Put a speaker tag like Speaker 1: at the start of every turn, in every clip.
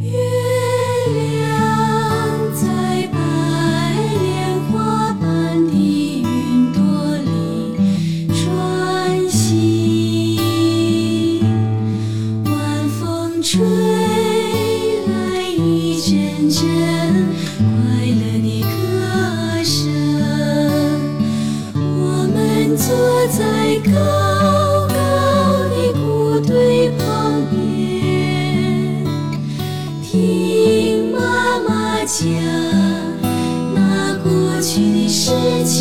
Speaker 1: 月亮在白莲花般的云朵里穿行，晚风吹来一阵阵快乐的歌声。我们坐在高高的谷堆旁边。听妈妈讲那过去的事情。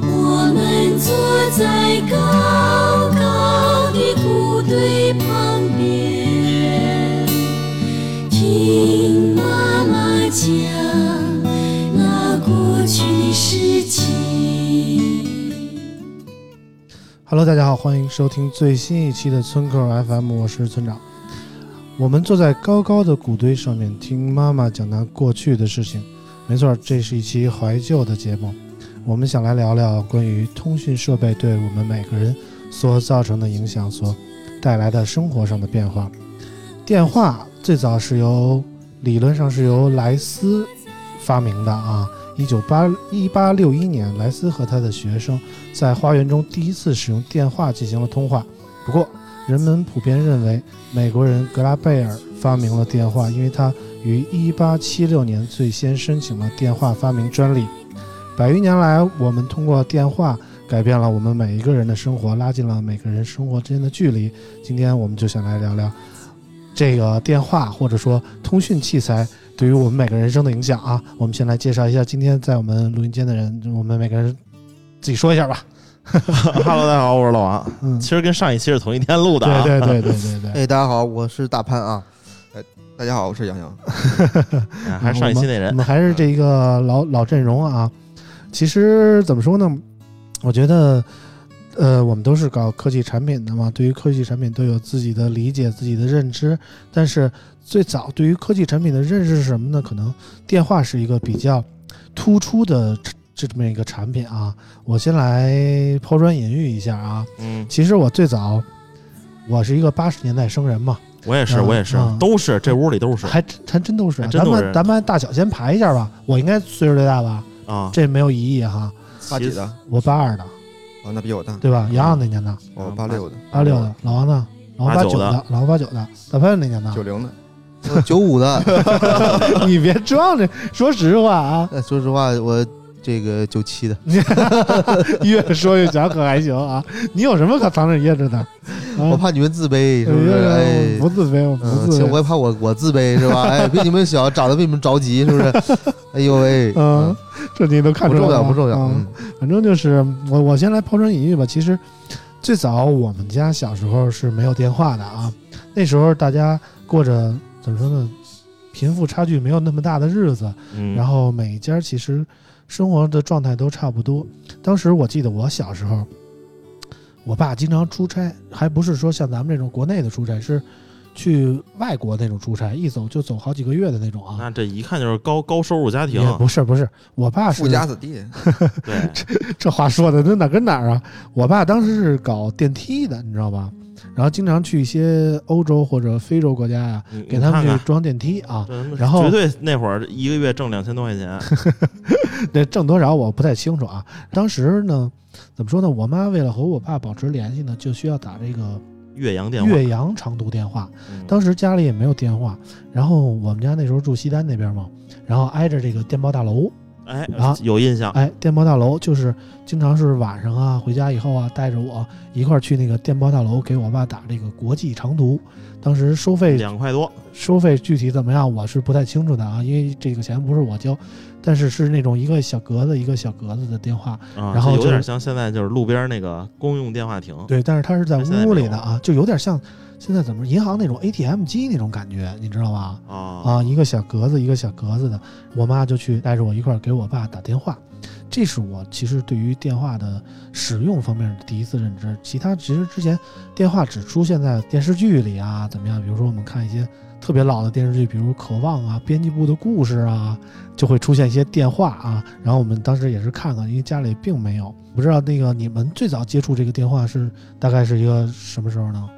Speaker 1: 我们坐在高高的谷堆旁边，听妈妈讲那过去的事情。
Speaker 2: Hello，大家好，欢迎收听最新一期的村口 FM，我是村长。我们坐在高高的谷堆上面，听妈妈讲她过去的事情。没错，这是一期怀旧的节目。我们想来聊聊关于通讯设备对我们每个人所造成的影响，所带来的生活上的变化。电话最早是由理论上是由莱斯发明的啊，一九八一八六一年，莱斯和他的学生在花园中第一次使用电话进行了通话。不过，人们普遍认为美国人格拉贝尔发明了电话，因为他于1876年最先申请了电话发明专利。百余年来，我们通过电话改变了我们每一个人的生活，拉近了每个人生活之间的距离。今天我们就想来聊聊这个电话或者说通讯器材对于我们每个人生的影响啊。我们先来介绍一下今天在我们录音间的人，我们每个人自己说一下吧。
Speaker 3: Hello，大家好，我是老王。
Speaker 2: 嗯
Speaker 4: 其，实跟上一期是同一天录的、啊，
Speaker 2: 对对对对对对。
Speaker 3: 哎，大家好，我是大潘啊。
Speaker 5: 大家好，我是杨洋。
Speaker 4: 对，啊还是上一期那
Speaker 2: 嗯我
Speaker 4: 人。
Speaker 2: 们还是这一个老老阵容啊。其实怎么说呢？我觉得，呃，我们都是搞科技产品的嘛，对于科技产品都有自己的理解、自己的认知。但是最早对于科技产品的认识是什么呢？可能电话是一个比较突出的这这么一个产品啊。我先来抛砖引玉一下啊。
Speaker 4: 嗯，
Speaker 2: 其实我最早，我是一个八十年代生人嘛，
Speaker 4: 我也是，
Speaker 2: 嗯
Speaker 4: 我也是
Speaker 2: 嗯，
Speaker 4: 都是这屋里都是
Speaker 2: 还真还真都是啊。
Speaker 4: 还真
Speaker 2: 咱
Speaker 4: 都是
Speaker 2: 们咱们按大小先排一下吧。我应该岁数最大吧？
Speaker 4: 啊。
Speaker 2: 这没有疑义哈。
Speaker 5: 八几的？
Speaker 4: 其实
Speaker 5: 啊，
Speaker 2: 我八二的，
Speaker 6: 哦
Speaker 5: 那比我大。
Speaker 2: 对吧？洋洋那年的，
Speaker 5: 我八六的，
Speaker 2: 八六的，老王呢？老王八
Speaker 4: 89
Speaker 2: 九的，老王八九的，大潘那年
Speaker 5: 九
Speaker 2: 的。
Speaker 5: 零的。
Speaker 3: 我九五的，
Speaker 2: 你别装着，说实话啊，
Speaker 3: 呃说实话，我这个九七的，
Speaker 2: 越说越想可还掖啊。你有什么可藏着掖着的？啊
Speaker 3: 我怕你们自卑，是不是？
Speaker 2: 哎
Speaker 3: 哎
Speaker 2: 呦，不自卑，我不
Speaker 3: 嗯，
Speaker 2: 自
Speaker 3: 其实我
Speaker 2: 卑。
Speaker 3: 也怕我我自卑，是吧？哎，比你们小，长得比你们着急，是不是？ 哎呦喂，
Speaker 2: 嗯，这你都看
Speaker 3: 不
Speaker 2: 出来
Speaker 3: 重
Speaker 2: 了
Speaker 3: 要，
Speaker 2: 吧
Speaker 3: 不重要。
Speaker 2: 嗯
Speaker 3: 嗯，
Speaker 2: 反正就是我我先来抛砖引玉吧。其实最早我们家小时候是没有电话的啊，那时候大家过着怎么说呢，贫富差距没有那么大的日子，
Speaker 4: 嗯，
Speaker 2: 然后每一家其实生活的状态都差不多。当时我记得我小时候，我爸经常出差，还不是说像咱们这种国内的出差，是去外国那种出差，一走就走好几个月的那种啊。
Speaker 4: 那这一看就是高高收入家庭，
Speaker 2: 也不是不是，我爸是
Speaker 5: 富家子弟，
Speaker 4: 对，
Speaker 2: 这话说的那哪跟哪儿啊？我爸当时是搞电梯的，你知道吧？然后经常去一些欧洲或者非洲国家呀、
Speaker 4: 你
Speaker 2: 给他
Speaker 4: 你
Speaker 2: 们
Speaker 4: 看
Speaker 2: 去装电梯啊。
Speaker 4: 看，
Speaker 2: 然后
Speaker 4: 绝对那会儿一个月挣两千多块钱，
Speaker 2: 那挣多少我不太清楚啊。当时呢，怎么说呢？我妈为了和我爸保持联系呢，就需要打这个
Speaker 4: 岳阳电话。
Speaker 2: 岳阳长途电话。
Speaker 4: 嗯
Speaker 2: 当时家里也没有电话，然后我们家那时候住西单那边嘛，然后挨着这个电报大楼，
Speaker 4: 哎
Speaker 2: 啊
Speaker 4: 有印象，
Speaker 2: 哎，电报大楼就是经常是晚上啊，回家以后啊，带着我一块儿去那个电报大楼给我爸打这个国际长途。当时收费
Speaker 4: 两块多，
Speaker 2: 收费具体怎么样，我是不太清楚的啊，因为这个钱不是我交，但是是那种一个小格子一个小格子的电话，
Speaker 4: 啊，
Speaker 2: 然后
Speaker 4: 有
Speaker 2: 就
Speaker 4: 点
Speaker 2: 是
Speaker 4: 像现在就是路边那个公用电话亭，
Speaker 2: 对，但是它是在
Speaker 4: 那现在
Speaker 2: 屋
Speaker 4: 没
Speaker 2: 里
Speaker 4: 有
Speaker 2: 的啊，就有点像现在怎么说银行那种 ATM 机那种感觉，你知道吗？
Speaker 4: 啊
Speaker 2: 啊，一个小格子一个小格子的，我妈就去带着我一块儿给我爸打电话。这是我其实对于电话的使用方面的第一次认知，其他其实之前电话只出现在电视剧里啊，怎么样？比如说我们看一些特别老的电视剧，比如《渴望》啊，《编辑部的故事》啊，就会出现一些电话啊。然后我们当时也是看看，因为家里并没有。不知道那个你们最早接触这个电话是大概是一个什么时候呢？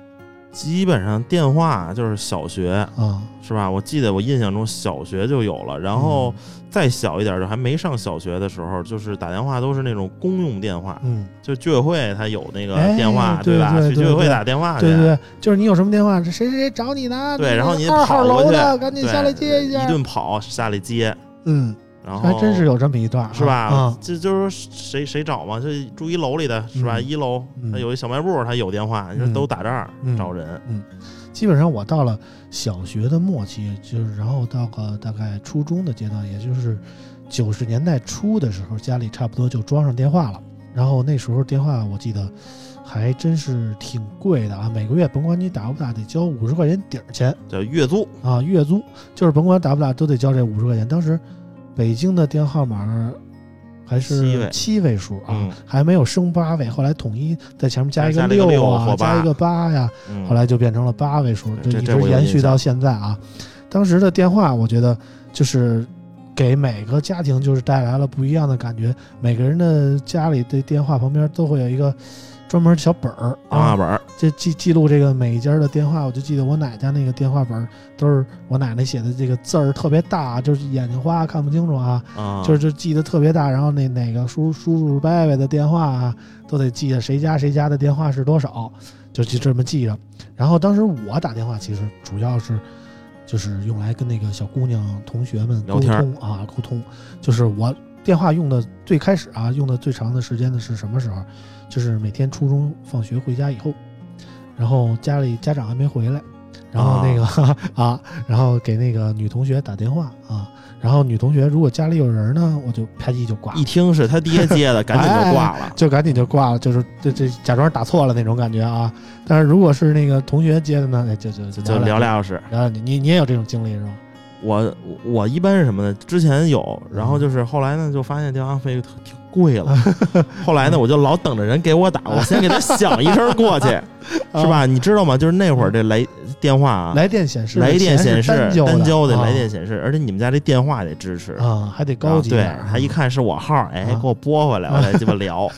Speaker 4: 基本上电话就是小学
Speaker 2: 啊，
Speaker 4: 是吧？我记得我印象中小学就有了，然后
Speaker 2: 嗯
Speaker 4: 再小一点就还没上小学的时候，就是打电话都是那种公用电话，
Speaker 2: 嗯，
Speaker 4: 就居委会它有那个
Speaker 2: 哎
Speaker 4: 电话，
Speaker 2: 对
Speaker 4: 吧？
Speaker 2: 对
Speaker 4: 去
Speaker 2: 对
Speaker 4: 居委会
Speaker 2: 对
Speaker 4: 打电话去，
Speaker 2: 对对对，就是你有什么电话，谁谁谁找你呢？
Speaker 4: 对然后你
Speaker 2: 二号
Speaker 4: 跑过
Speaker 2: 楼
Speaker 4: 去
Speaker 2: 的，赶紧
Speaker 4: 对
Speaker 2: 下来接一下。
Speaker 4: 一顿跑下来接，
Speaker 2: 嗯，
Speaker 4: 然后
Speaker 2: 还真是有这么一段儿啊，
Speaker 4: 是吧
Speaker 2: 啊？，
Speaker 4: 这就是谁谁找嘛，就住一楼里的是吧？
Speaker 2: 嗯
Speaker 4: 一楼
Speaker 2: 嗯
Speaker 4: 他有一小卖部，他有电话，你说都打这儿
Speaker 2: 嗯
Speaker 4: 找人。
Speaker 2: 基本上我到了小学的末期，就是然后到个大概初中的阶段，也就是九十年代初的时候，家里差不多就装上电话了。然后那时候电话我记得还真是挺贵的啊，每个月甭管你打不打，得交五十块钱底儿钱
Speaker 4: 叫月租，
Speaker 2: 啊，月租就是甭管打不打都得交这五十块钱。当时北京的电话号码还
Speaker 4: 七
Speaker 2: 是
Speaker 4: 位
Speaker 2: 七位数啊，
Speaker 4: 嗯哎
Speaker 2: 还没有升八位，后来统一在前面加一
Speaker 4: 加了一个
Speaker 2: 六
Speaker 4: 六
Speaker 2: 啊，
Speaker 4: 或
Speaker 2: 加
Speaker 4: 八
Speaker 2: 一个八呀，
Speaker 4: 嗯
Speaker 2: 后来就变成了八位数，就
Speaker 4: 这
Speaker 2: 一
Speaker 4: 这
Speaker 2: 直
Speaker 4: 我有
Speaker 2: 延
Speaker 4: 印
Speaker 2: 续
Speaker 4: 象
Speaker 2: 到现在啊。当时的电话，我觉得就是给每个家庭就是带来了不一样的感觉，每个人的家里的电话旁边都会有一个专门小本儿啊
Speaker 4: 电话本儿，
Speaker 2: 这记记录这个每一家的电话，我就记得我奶家那个电话本儿都是我奶奶写的，这个字儿特别大，啊就是眼睛花看不清楚啊，
Speaker 4: 啊，
Speaker 2: 就是就记得特别大。然后那哪个叔叔叔伯伯的电话啊，都得记得谁家谁家的电话是多少，就就这么记着。然后当时我打电话其实主要是就是用来跟那个小姑娘同学们
Speaker 4: 聊
Speaker 2: 沟
Speaker 4: 天儿
Speaker 2: 通啊，沟通。就是我电话用的最开始啊，用的最长的时间的是什么时候？就是每天初中放学回家以后，然后家里家长还没回来，然后那个 啊然后给那个女同学打电话啊，然后女同学如果家里有人呢，我就啪叽就挂了
Speaker 4: 一，听是他爹接的，赶紧就挂了。
Speaker 2: 就赶紧就挂了，就是这这假装打错了那种感觉啊。但是如果是那个同学接的呢，哎，就就
Speaker 4: 就就聊俩
Speaker 2: 聊
Speaker 4: 小时，
Speaker 2: 聊你你你也有这种经历是吧？
Speaker 4: 我我一般是什么呢？之前有，然
Speaker 2: 嗯
Speaker 4: 后就是后来呢，就发现电话费特挺贵 了。后来呢，我就老等着人给我打，我先给他响一声过 去，
Speaker 2: 啊
Speaker 4: 是吧？你知道吗？就是那会儿这来电话啊，
Speaker 2: 哦来嗯电显示的
Speaker 4: 来电
Speaker 2: 钱
Speaker 4: 显
Speaker 2: 是
Speaker 4: 示
Speaker 2: 单交
Speaker 4: 单交
Speaker 2: 的
Speaker 4: 的
Speaker 2: 啊
Speaker 4: 来电显示，而且你们家这电话得支持。
Speaker 2: 啊，还得高级
Speaker 4: 对
Speaker 2: 点儿，嗯
Speaker 4: 他一看是我号，哎，
Speaker 2: 啊
Speaker 4: 给我拨回来，我再鸡巴 聊。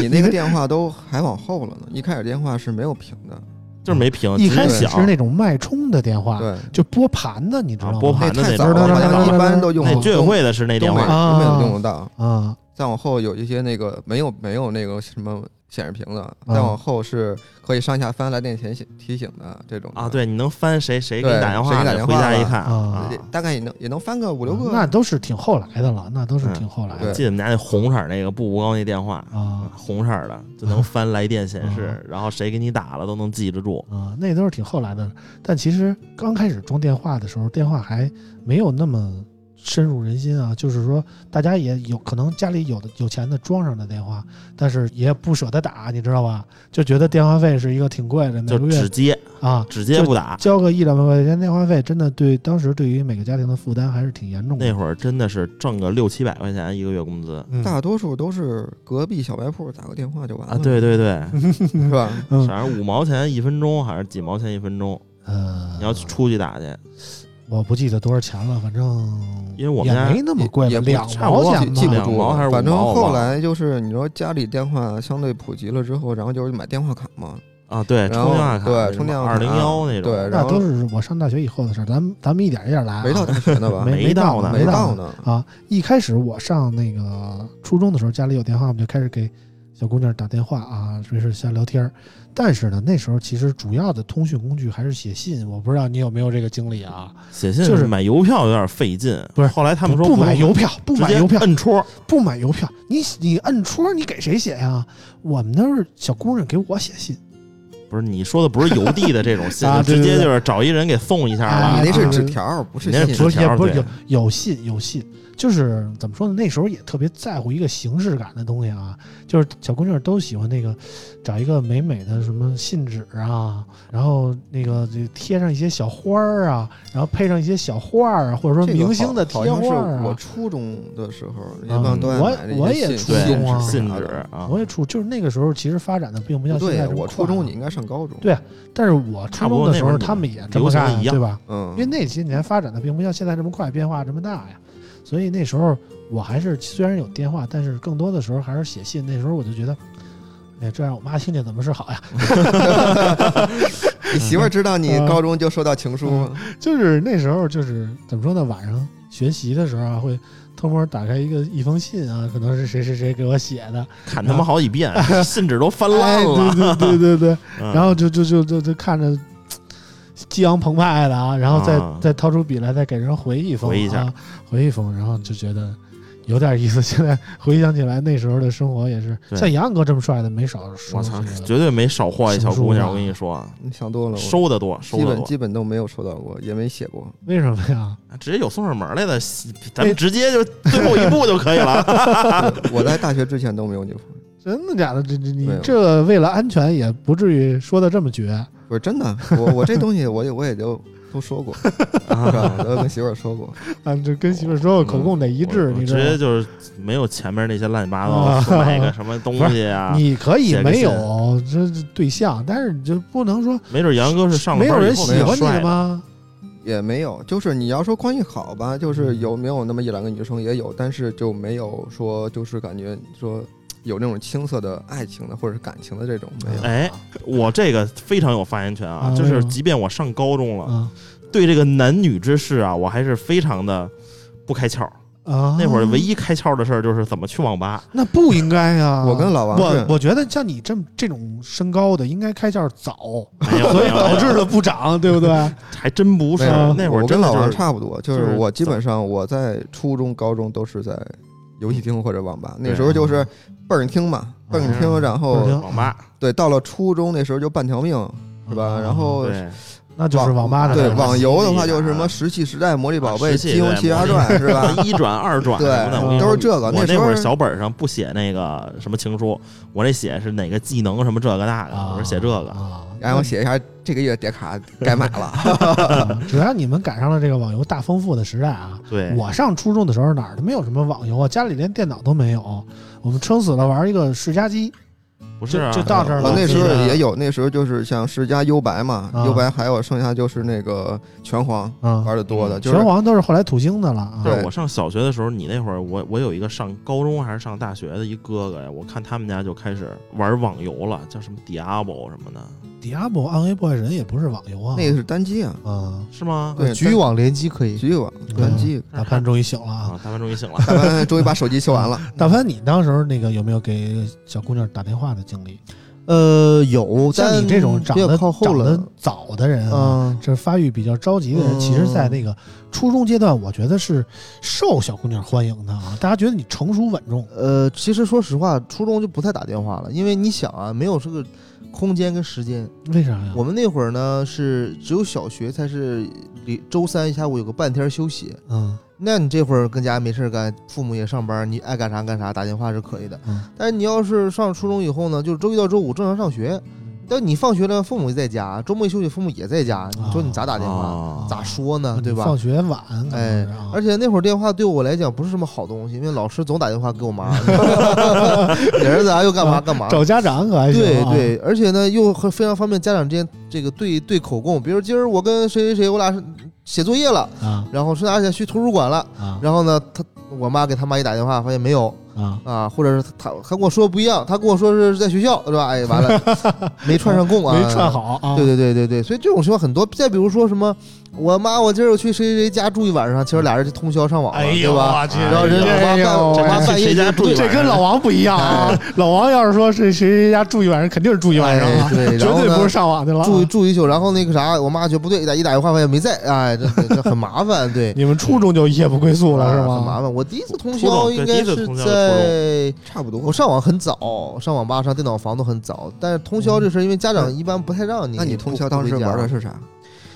Speaker 6: 你那个电话都还往后了呢， 一开始电话是没有屏的，
Speaker 4: 就是没屏，
Speaker 2: 一开
Speaker 4: 直
Speaker 2: 始
Speaker 4: 接
Speaker 2: 是
Speaker 4: 响，
Speaker 2: 那种脉冲的电话，
Speaker 6: 对，
Speaker 2: 就拨盘的，你知道吗？
Speaker 4: 啊拨盘
Speaker 6: 那
Speaker 4: 的
Speaker 6: 太
Speaker 4: 那种
Speaker 6: 早了，大家一般都用
Speaker 4: 那
Speaker 2: 哦
Speaker 4: 居委会的是那电
Speaker 6: 东北
Speaker 4: 话，
Speaker 2: 啊
Speaker 6: 东北都用得到。
Speaker 2: 啊，
Speaker 6: 再往后有一些那个没有没有那个什么显示屏
Speaker 4: 啊
Speaker 6: 的，
Speaker 2: 嗯
Speaker 6: 再往后是可以上下翻来电提醒提醒的这种的
Speaker 4: 啊，，对，你能翻谁谁给你
Speaker 6: 对
Speaker 4: 打电
Speaker 6: 谁
Speaker 4: 话
Speaker 6: 给打
Speaker 4: 呢，
Speaker 6: 电
Speaker 4: 回
Speaker 6: 话
Speaker 4: 家一
Speaker 6: 了
Speaker 4: 看
Speaker 2: 啊
Speaker 4: 啊
Speaker 6: 也，大概也能也能翻个五六个。
Speaker 2: 那都是挺后来的了，那都是
Speaker 4: 嗯
Speaker 2: 挺后来
Speaker 4: 我
Speaker 2: 的
Speaker 4: 记得我们家那红色儿那个步步高那电话，
Speaker 2: 啊
Speaker 4: 红色儿的就能翻来电显
Speaker 2: 啊
Speaker 4: 示，然后谁给你打了都能记得住。
Speaker 2: 啊，那都是挺后来的。但其实刚开始装电话的时候，电话还没有那么深入人心啊，就是说大家也有可能家里有的有钱的装上的电话，但是也不舍得打，你知道吧？就觉得电话费是一个挺贵的，每
Speaker 4: 就
Speaker 2: 个
Speaker 4: 只
Speaker 2: 月
Speaker 4: 接
Speaker 2: 啊。
Speaker 4: 只接
Speaker 2: 就
Speaker 4: 不打，
Speaker 2: 交个一两百块钱电话费，真的对当时对于每个家庭的负担还是挺严重的。
Speaker 4: 那会儿真的是挣个六七百块钱一个月工资
Speaker 2: 嗯
Speaker 6: 大多数都是隔壁小卖铺打个电话就完了，
Speaker 4: 啊！对对对，
Speaker 6: 是吧？
Speaker 2: 嗯
Speaker 4: 反正五毛钱一分钟还是几毛钱一分钟，
Speaker 2: 呃，
Speaker 4: 你要出去打去，
Speaker 2: 嗯我不记得多少钱了，反正
Speaker 4: 因为我
Speaker 2: 也
Speaker 4: 们家
Speaker 2: 没那么
Speaker 6: 也
Speaker 2: 贵吧，
Speaker 6: 也不
Speaker 2: 两
Speaker 6: 差
Speaker 2: 毛
Speaker 6: 不多
Speaker 2: 钱
Speaker 6: 记不
Speaker 2: 吧。
Speaker 4: 两
Speaker 6: 住
Speaker 4: 毛还
Speaker 6: 了。
Speaker 4: 是五
Speaker 6: 反正
Speaker 4: 毛
Speaker 6: 后
Speaker 4: 吧
Speaker 6: 来就是你说家里电话相对普及了之后，然后就是买电话卡嘛，
Speaker 4: 啊，对，
Speaker 6: 然
Speaker 4: 充
Speaker 6: 后
Speaker 4: 电话卡，
Speaker 6: 对充电话卡
Speaker 4: 二零幺那种，
Speaker 6: 对，
Speaker 2: 那
Speaker 6: 然后
Speaker 2: 都是我上大学以后的事儿，咱们咱们一点一点来啊、
Speaker 6: 没到大学呢吧？
Speaker 2: 没
Speaker 4: 没
Speaker 2: 到
Speaker 4: 到呢
Speaker 2: 没
Speaker 6: 没
Speaker 2: 到
Speaker 6: 到呢，
Speaker 2: 啊！一开始我上那个初中的时候，家里有电话，我们就开始给小姑娘打电话啊，没事瞎聊天儿。但是呢，那时候其实主要的通讯工具还是写信，我不知道你有没有这个经历啊？
Speaker 4: 写信
Speaker 2: 就是
Speaker 4: 买邮票有点费劲，
Speaker 2: 不是
Speaker 4: 后来他们说
Speaker 2: 不
Speaker 4: 用
Speaker 2: 买邮票，不
Speaker 4: 直
Speaker 2: 买
Speaker 4: 接
Speaker 2: 邮票，
Speaker 4: 摁戳，
Speaker 2: 不买邮票，你你摁戳，你给谁写呀、我们那儿小姑娘给我写信，
Speaker 4: 不是你说的不是邮递的这种信，
Speaker 2: 啊
Speaker 4: 就
Speaker 2: 对
Speaker 4: 直
Speaker 2: 对
Speaker 4: 接
Speaker 2: 对
Speaker 4: 就是找一人给送一下
Speaker 2: 啊
Speaker 4: 了
Speaker 6: 你那
Speaker 2: 啊
Speaker 6: 是纸
Speaker 2: 对
Speaker 6: 条，不是
Speaker 4: 你那
Speaker 6: 信。
Speaker 2: 不是也
Speaker 4: 条
Speaker 2: 不是
Speaker 4: 对
Speaker 2: 有有信有信，就是怎么说呢？那时候也特别在乎一个形式感的东西啊，就是小姑娘都喜欢那个找一个美美的什么信纸啊，然后那个就贴上一些小花儿啊，然后配上一些小画儿啊，或者说
Speaker 6: 这个
Speaker 2: 明星的
Speaker 6: 好
Speaker 2: 贴
Speaker 6: 好像是
Speaker 2: 画儿啊。
Speaker 6: 我初中的时候，一
Speaker 2: 啊
Speaker 6: 般都爱
Speaker 2: 我
Speaker 6: 买这些
Speaker 2: 我也
Speaker 6: 信
Speaker 2: 初
Speaker 4: 对
Speaker 2: 中啊
Speaker 4: 信
Speaker 6: 啥
Speaker 4: 纸
Speaker 6: 的
Speaker 4: 啊，
Speaker 2: 我也初就是那个时候，其实发展的并不像
Speaker 6: 不
Speaker 2: 现在
Speaker 6: 对，
Speaker 2: 这么
Speaker 6: 我初
Speaker 2: 快
Speaker 6: 中
Speaker 2: 啊
Speaker 6: 你应该上高中。
Speaker 2: 对但是我初
Speaker 4: 差不
Speaker 2: 中
Speaker 4: 多
Speaker 2: 的
Speaker 4: 那
Speaker 2: 时
Speaker 4: 会儿
Speaker 2: 候
Speaker 4: 你
Speaker 2: 他们也这么
Speaker 4: 流行的
Speaker 2: 干啊，
Speaker 4: 一样
Speaker 2: 对吧？
Speaker 6: 嗯，
Speaker 2: 因为那些年发展的并不像现在这么快，变化这么大呀。所以那时候我还是虽然有电话，但是更多的时候还是写信。那时候我就觉得，哎呀，这让我妈听见怎么是好呀？
Speaker 6: 你媳妇儿知道你
Speaker 2: 嗯
Speaker 6: 高中就收到情书吗？
Speaker 2: 就是那时候就是怎么说呢，晚上学习的时候啊，会偷摸打开一个一封信啊，可能是谁谁谁给我写的，
Speaker 4: 看他妈好几遍，信纸都翻烂
Speaker 2: 哎
Speaker 4: 了。
Speaker 2: 对对对对对，
Speaker 4: 嗯
Speaker 2: 然后就就就就就看着。激昂澎湃的啊，然后再、
Speaker 4: 啊
Speaker 2: 再掏出笔来，再给人回一封、啊，
Speaker 4: 回一下
Speaker 2: 回一封，然后就觉得有点意思。 现在回想起来，那时候的生活也是
Speaker 4: 对
Speaker 2: 像杨哥这么帅的没少收
Speaker 4: 我
Speaker 2: 拾
Speaker 4: 操
Speaker 2: 了。，
Speaker 4: 绝对没少祸一小姑娘，我跟你说，啊
Speaker 6: 你想多了，我
Speaker 2: 啊
Speaker 4: 收的多，收
Speaker 6: 基
Speaker 4: 的
Speaker 6: 本
Speaker 4: 多，
Speaker 6: 基本都没有收到过，也没写过。
Speaker 2: 为什么呀？
Speaker 4: 直接有送上门来的，咱
Speaker 2: 哎
Speaker 4: 们直接就最后一步就可以了。
Speaker 6: 我在大学之前都没有女朋友，
Speaker 2: 真的假的？这这你
Speaker 6: 没有
Speaker 2: 这为了安全也不至于说的这么绝。
Speaker 6: 不是真的。我我这东西我也我也就都说 过，是吧？我都跟媳妇儿说过。
Speaker 2: 啊，这跟媳妇儿说
Speaker 4: 我
Speaker 2: 口供得 一致，
Speaker 4: 嗯我
Speaker 2: 你
Speaker 4: 直
Speaker 2: 知道
Speaker 4: 接
Speaker 2: 吗？
Speaker 4: 就是没有前面那些乱七八糟的，
Speaker 2: 啊
Speaker 4: 说 买个什么东西啊，
Speaker 2: 你可以
Speaker 4: 写个
Speaker 2: 没有这这对象，但是你就不能说
Speaker 4: 没准杨哥是上了
Speaker 2: 没有
Speaker 4: 班
Speaker 2: 人
Speaker 4: 以后
Speaker 2: 喜欢你
Speaker 4: 帅
Speaker 2: 的？吗？
Speaker 6: 也没有，就是你要说关系好吧，就是有没有那么一两个女生也有，但是就没有说就是感觉说有那种青涩的爱情的或者是感情的这种没 有。
Speaker 4: 哎，我这个非常有发言权啊
Speaker 2: 啊，
Speaker 4: 就
Speaker 2: 为什
Speaker 4: 是
Speaker 2: 么
Speaker 4: 即便我上高中了，
Speaker 2: 啊
Speaker 4: 对这个男女之事啊，我还是非常的不开窍。
Speaker 2: 啊！
Speaker 4: 那会儿唯一开窍的事儿就是怎么去网 吧。
Speaker 2: 那不应该呀。
Speaker 6: 我跟老王
Speaker 2: 我
Speaker 6: 是
Speaker 2: 我觉得像你这么这种身高的，应该开窍 早，
Speaker 4: 没有，
Speaker 2: 所以
Speaker 4: 没有
Speaker 2: 导致了不长，对不对？
Speaker 4: 还真不是
Speaker 6: 没有
Speaker 4: 那会儿
Speaker 6: 我跟
Speaker 4: 真的
Speaker 6: 老王
Speaker 4: 就是
Speaker 6: 差不多，就
Speaker 4: 就是是
Speaker 6: 我基本上我在初中、高中都是在游戏厅或者网吧，
Speaker 4: 对啊
Speaker 6: 那时候就是蹦儿厅嘛，蹦儿厅，
Speaker 4: 嗯
Speaker 6: 然
Speaker 2: 蹦儿厅
Speaker 6: 后
Speaker 4: 网吧，
Speaker 6: 对，到了初中那时候就半条命，是吧？然后
Speaker 4: 啊对，
Speaker 2: 嗯那就是网吧的
Speaker 6: 对
Speaker 2: 事儿
Speaker 4: 网
Speaker 6: 网游的话就是什
Speaker 4: 啊
Speaker 6: 么《石器时代》《魔力宝贝》
Speaker 4: 石
Speaker 6: 《
Speaker 4: 器
Speaker 6: 金庸
Speaker 4: 对
Speaker 6: 奇
Speaker 4: 魔
Speaker 6: 侠
Speaker 4: 力
Speaker 6: 传》是 吧？
Speaker 4: 一转二转什么的，
Speaker 2: 对
Speaker 4: 我跟你
Speaker 6: 都
Speaker 4: 说
Speaker 6: 是这个。
Speaker 4: 我
Speaker 6: 时
Speaker 4: 那会
Speaker 6: 候
Speaker 4: 儿小本儿上不写那个什么情书，我这写是哪个技能什么这个那个，
Speaker 2: 啊
Speaker 4: 我说写这个。
Speaker 2: 啊。
Speaker 6: 然后写一下这个月点卡该买了，
Speaker 2: 啊只要你们赶上了这个网游大丰富的时代啊，
Speaker 4: 对，
Speaker 2: 我上初中的时候哪儿都没有什么网游啊，家里连电脑都没有，我们撑死了玩一个世嘉机，
Speaker 4: 不是啊
Speaker 2: 就 就到这儿了嗯
Speaker 6: 我那时候
Speaker 4: 记得
Speaker 6: 也有，那时候就是像世嘉优白嘛，
Speaker 2: 啊
Speaker 6: 优白还有剩下就是那个拳皇
Speaker 2: 啊，
Speaker 6: 玩的多的，就是
Speaker 2: 拳皇都是后来土星的了啊
Speaker 4: 就。是
Speaker 6: 对
Speaker 4: 我上小学的时候，你那会儿我我有一个上高中还是上大学的一哥哥呀，我看他们家就开始玩网游了，叫什么 Diablo 什么的，
Speaker 2: Diablo 暗黑破坏神也不是网游啊，
Speaker 6: 那个是单机啊，
Speaker 2: 啊，
Speaker 4: 是吗？
Speaker 6: 对
Speaker 3: 局域网联机可以，
Speaker 6: 局域网
Speaker 2: 嗯
Speaker 6: 单机。
Speaker 2: 大潘终于醒了啊！
Speaker 4: 啊，大潘终于醒了。
Speaker 6: 大潘终于把手机修完了，
Speaker 2: 大潘，你当时候那个有没有给小姑娘打电话的经历？
Speaker 3: 呃，有，
Speaker 2: 像
Speaker 3: 但
Speaker 2: 你这种长
Speaker 3: 比较
Speaker 2: 得
Speaker 3: 靠后
Speaker 2: 长
Speaker 3: 了
Speaker 2: 得，早的人啊，
Speaker 3: 嗯，
Speaker 2: 这发育比较着急的人，
Speaker 3: 嗯
Speaker 2: 其实，在那个初中阶段，我觉得是受小姑娘欢迎的啊。大家觉得你成熟稳重，
Speaker 3: 呃，其实说实话，初中就不太打电话了，因为你想啊，没有这个空间跟时间。
Speaker 2: 为啥呀？
Speaker 3: 我们那会儿呢是只有小学才是礼周三下午有个半天休息，
Speaker 2: 嗯
Speaker 3: 那你这会儿跟家没事儿干，父母也上班，你爱干啥干啥，打电话是可以的。
Speaker 2: 嗯
Speaker 3: 但是你要是上初中以后呢，就是周一到周五正常上学，但你放学了，父母也在家，周末一休息，父母也在家，你说你咋打电话？
Speaker 4: 啊
Speaker 3: 咋说呢？
Speaker 2: 你
Speaker 3: 嗯对
Speaker 2: 嗯
Speaker 3: 吧？
Speaker 2: 放学晚，可能
Speaker 3: 哎
Speaker 2: 是啊，
Speaker 3: 而且那会儿电话对我来讲不是什么好东西，因为老师总打电话给 我妈， 你儿子啊又干嘛干嘛。
Speaker 2: 找家长可还行
Speaker 3: 对
Speaker 2: 啊
Speaker 3: 对，而且呢又很非常方便家长之间这个对对口供，比如今儿我跟谁谁谁我俩是写作业了，
Speaker 2: 啊
Speaker 3: 然后是而且去图书馆了，
Speaker 2: 啊
Speaker 3: 然后呢他我妈给他妈一打电话发现没有
Speaker 2: 啊！
Speaker 3: 啊，或者是他他跟我说不一样，他跟我说是在学校是吧？哎 完了没串上供啊，
Speaker 2: 没串好啊，
Speaker 3: 对对对对对，所以这种情况很多。再比如说什么，我妈，我今儿我去谁谁家住一晚上，其实俩人就通宵上网了，
Speaker 2: 哎
Speaker 3: 对
Speaker 2: 呦
Speaker 3: 吧？
Speaker 2: 我去，
Speaker 3: 然后人
Speaker 2: 哎
Speaker 3: 我妈
Speaker 2: 呦
Speaker 3: 半我妈
Speaker 2: 喂
Speaker 3: 半夜
Speaker 4: 谁家
Speaker 3: 就
Speaker 4: 住一晚上
Speaker 2: 这跟老王不一样啊！老王要是说是谁谁家住一晚上，肯定是住一晚上啊
Speaker 3: 哎，对
Speaker 2: 绝
Speaker 3: 然后
Speaker 2: 对
Speaker 3: 呢
Speaker 2: 不是上网去了啊。
Speaker 3: 住住一宿，然后那个啥，我妈觉得不对，打一打电话发现没在，哎，这这这很麻烦， 对，
Speaker 2: 你们初中就夜不归宿了是
Speaker 3: 啊很
Speaker 2: 吗？
Speaker 3: 麻烦。我第一次通
Speaker 4: 初
Speaker 3: 宵
Speaker 4: 中对
Speaker 3: 应该
Speaker 4: 第一
Speaker 3: 是
Speaker 4: 次通宵是初
Speaker 3: 在
Speaker 6: 差不
Speaker 3: 我
Speaker 6: 多。
Speaker 3: 上网很早，上网吧、上电脑房都很早，但是通
Speaker 4: 嗯
Speaker 3: 宵这事儿，因为家长一般不太让你。
Speaker 6: 那你通宵当时玩的
Speaker 3: 是？
Speaker 6: 是啥？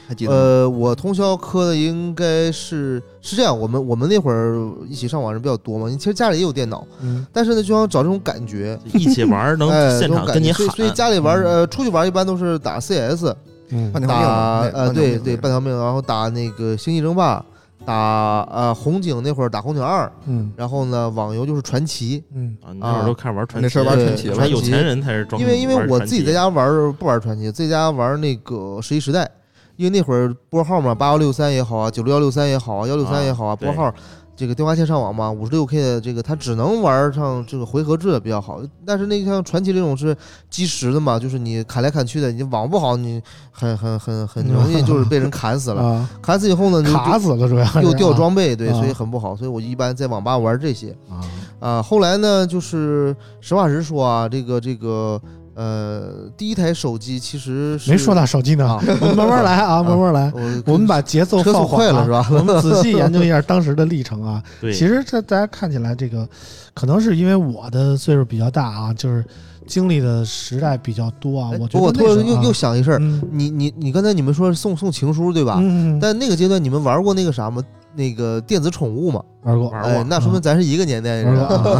Speaker 6: 还记得吗？
Speaker 3: 呃，我通宵磕的应该是是这样，我们我们那会儿一起上网人比较多嘛，其实家里也有电脑，
Speaker 2: 嗯
Speaker 3: 但是呢，就想找这种感觉，
Speaker 4: 一起玩儿 能
Speaker 3: 哎，这
Speaker 4: 现
Speaker 3: 种
Speaker 4: 场
Speaker 3: 感
Speaker 4: 跟你
Speaker 3: 觉
Speaker 4: 喊嗯
Speaker 3: 所以，所以家里玩儿呃，出去玩儿一般都是打 CS，
Speaker 2: 嗯
Speaker 6: 半条命
Speaker 3: 打
Speaker 6: 嘛，
Speaker 3: 呃对对半
Speaker 6: 半条命
Speaker 3: 条命，然后打那个星际争霸，打呃红警那会儿打红警二，
Speaker 2: 嗯
Speaker 3: 然后呢网游就是传奇，
Speaker 2: 嗯
Speaker 4: 啊，你那会儿都开始玩传奇，
Speaker 6: 那时候玩
Speaker 3: 对
Speaker 6: 传奇
Speaker 4: 有
Speaker 6: 了
Speaker 4: 钱有钱人才是装。
Speaker 3: 因为因为
Speaker 4: 玩
Speaker 3: 我
Speaker 4: 传
Speaker 3: 自己
Speaker 4: 奇
Speaker 3: 在家玩儿不玩传奇，在家玩儿那个十一时代，因为那会儿拨号嘛，八幺六三也好啊，九六幺六三也好啊，幺六三也好啊，
Speaker 4: 啊对
Speaker 3: 拨号。这个电话线上网嘛，五十六 K 的这个它只能玩儿上这个回合制的比较好，但是那个像传奇这种是基石的嘛，就是你砍来砍去的，你网不好，你很很很很容易就是被人砍死了，
Speaker 2: 啊，
Speaker 3: 砍死以后呢，你就
Speaker 2: 卡死了主要是啊
Speaker 3: 又掉装备，对，
Speaker 2: 啊
Speaker 3: 所以很不好，所以我一般在网吧玩这些
Speaker 2: 啊，
Speaker 3: 啊、后来呢，就是实话实说啊，这个这个呃，第一台手机其实是
Speaker 2: 没说到手机呢
Speaker 3: 啊，
Speaker 2: 我们慢慢来啊，慢慢来。
Speaker 3: 我
Speaker 2: 我们把节奏
Speaker 3: 车
Speaker 2: 放
Speaker 3: 速
Speaker 2: 缓
Speaker 3: 快
Speaker 2: 啊
Speaker 3: 了是？吧？
Speaker 2: 我们仔细研究一下当时的历程 啊。
Speaker 4: 对，
Speaker 2: 其实这大家看起来，这个可能是因为我的岁数比较大啊，就是经历的时代比较多啊。
Speaker 3: 哎
Speaker 2: 我觉
Speaker 3: 不过
Speaker 2: 得
Speaker 3: 我突然
Speaker 2: 那时候
Speaker 3: 又
Speaker 2: 啊
Speaker 3: 又想一事儿，
Speaker 2: 嗯
Speaker 3: 你你你刚才你们说送送情书对吧？
Speaker 2: 嗯，嗯
Speaker 3: 但那个阶段你们玩过那个啥吗？那个电子宠物嘛？
Speaker 2: 玩过嗯
Speaker 4: 玩
Speaker 3: 哎
Speaker 4: 过，
Speaker 3: 那说明咱是一个年代的
Speaker 2: 玩过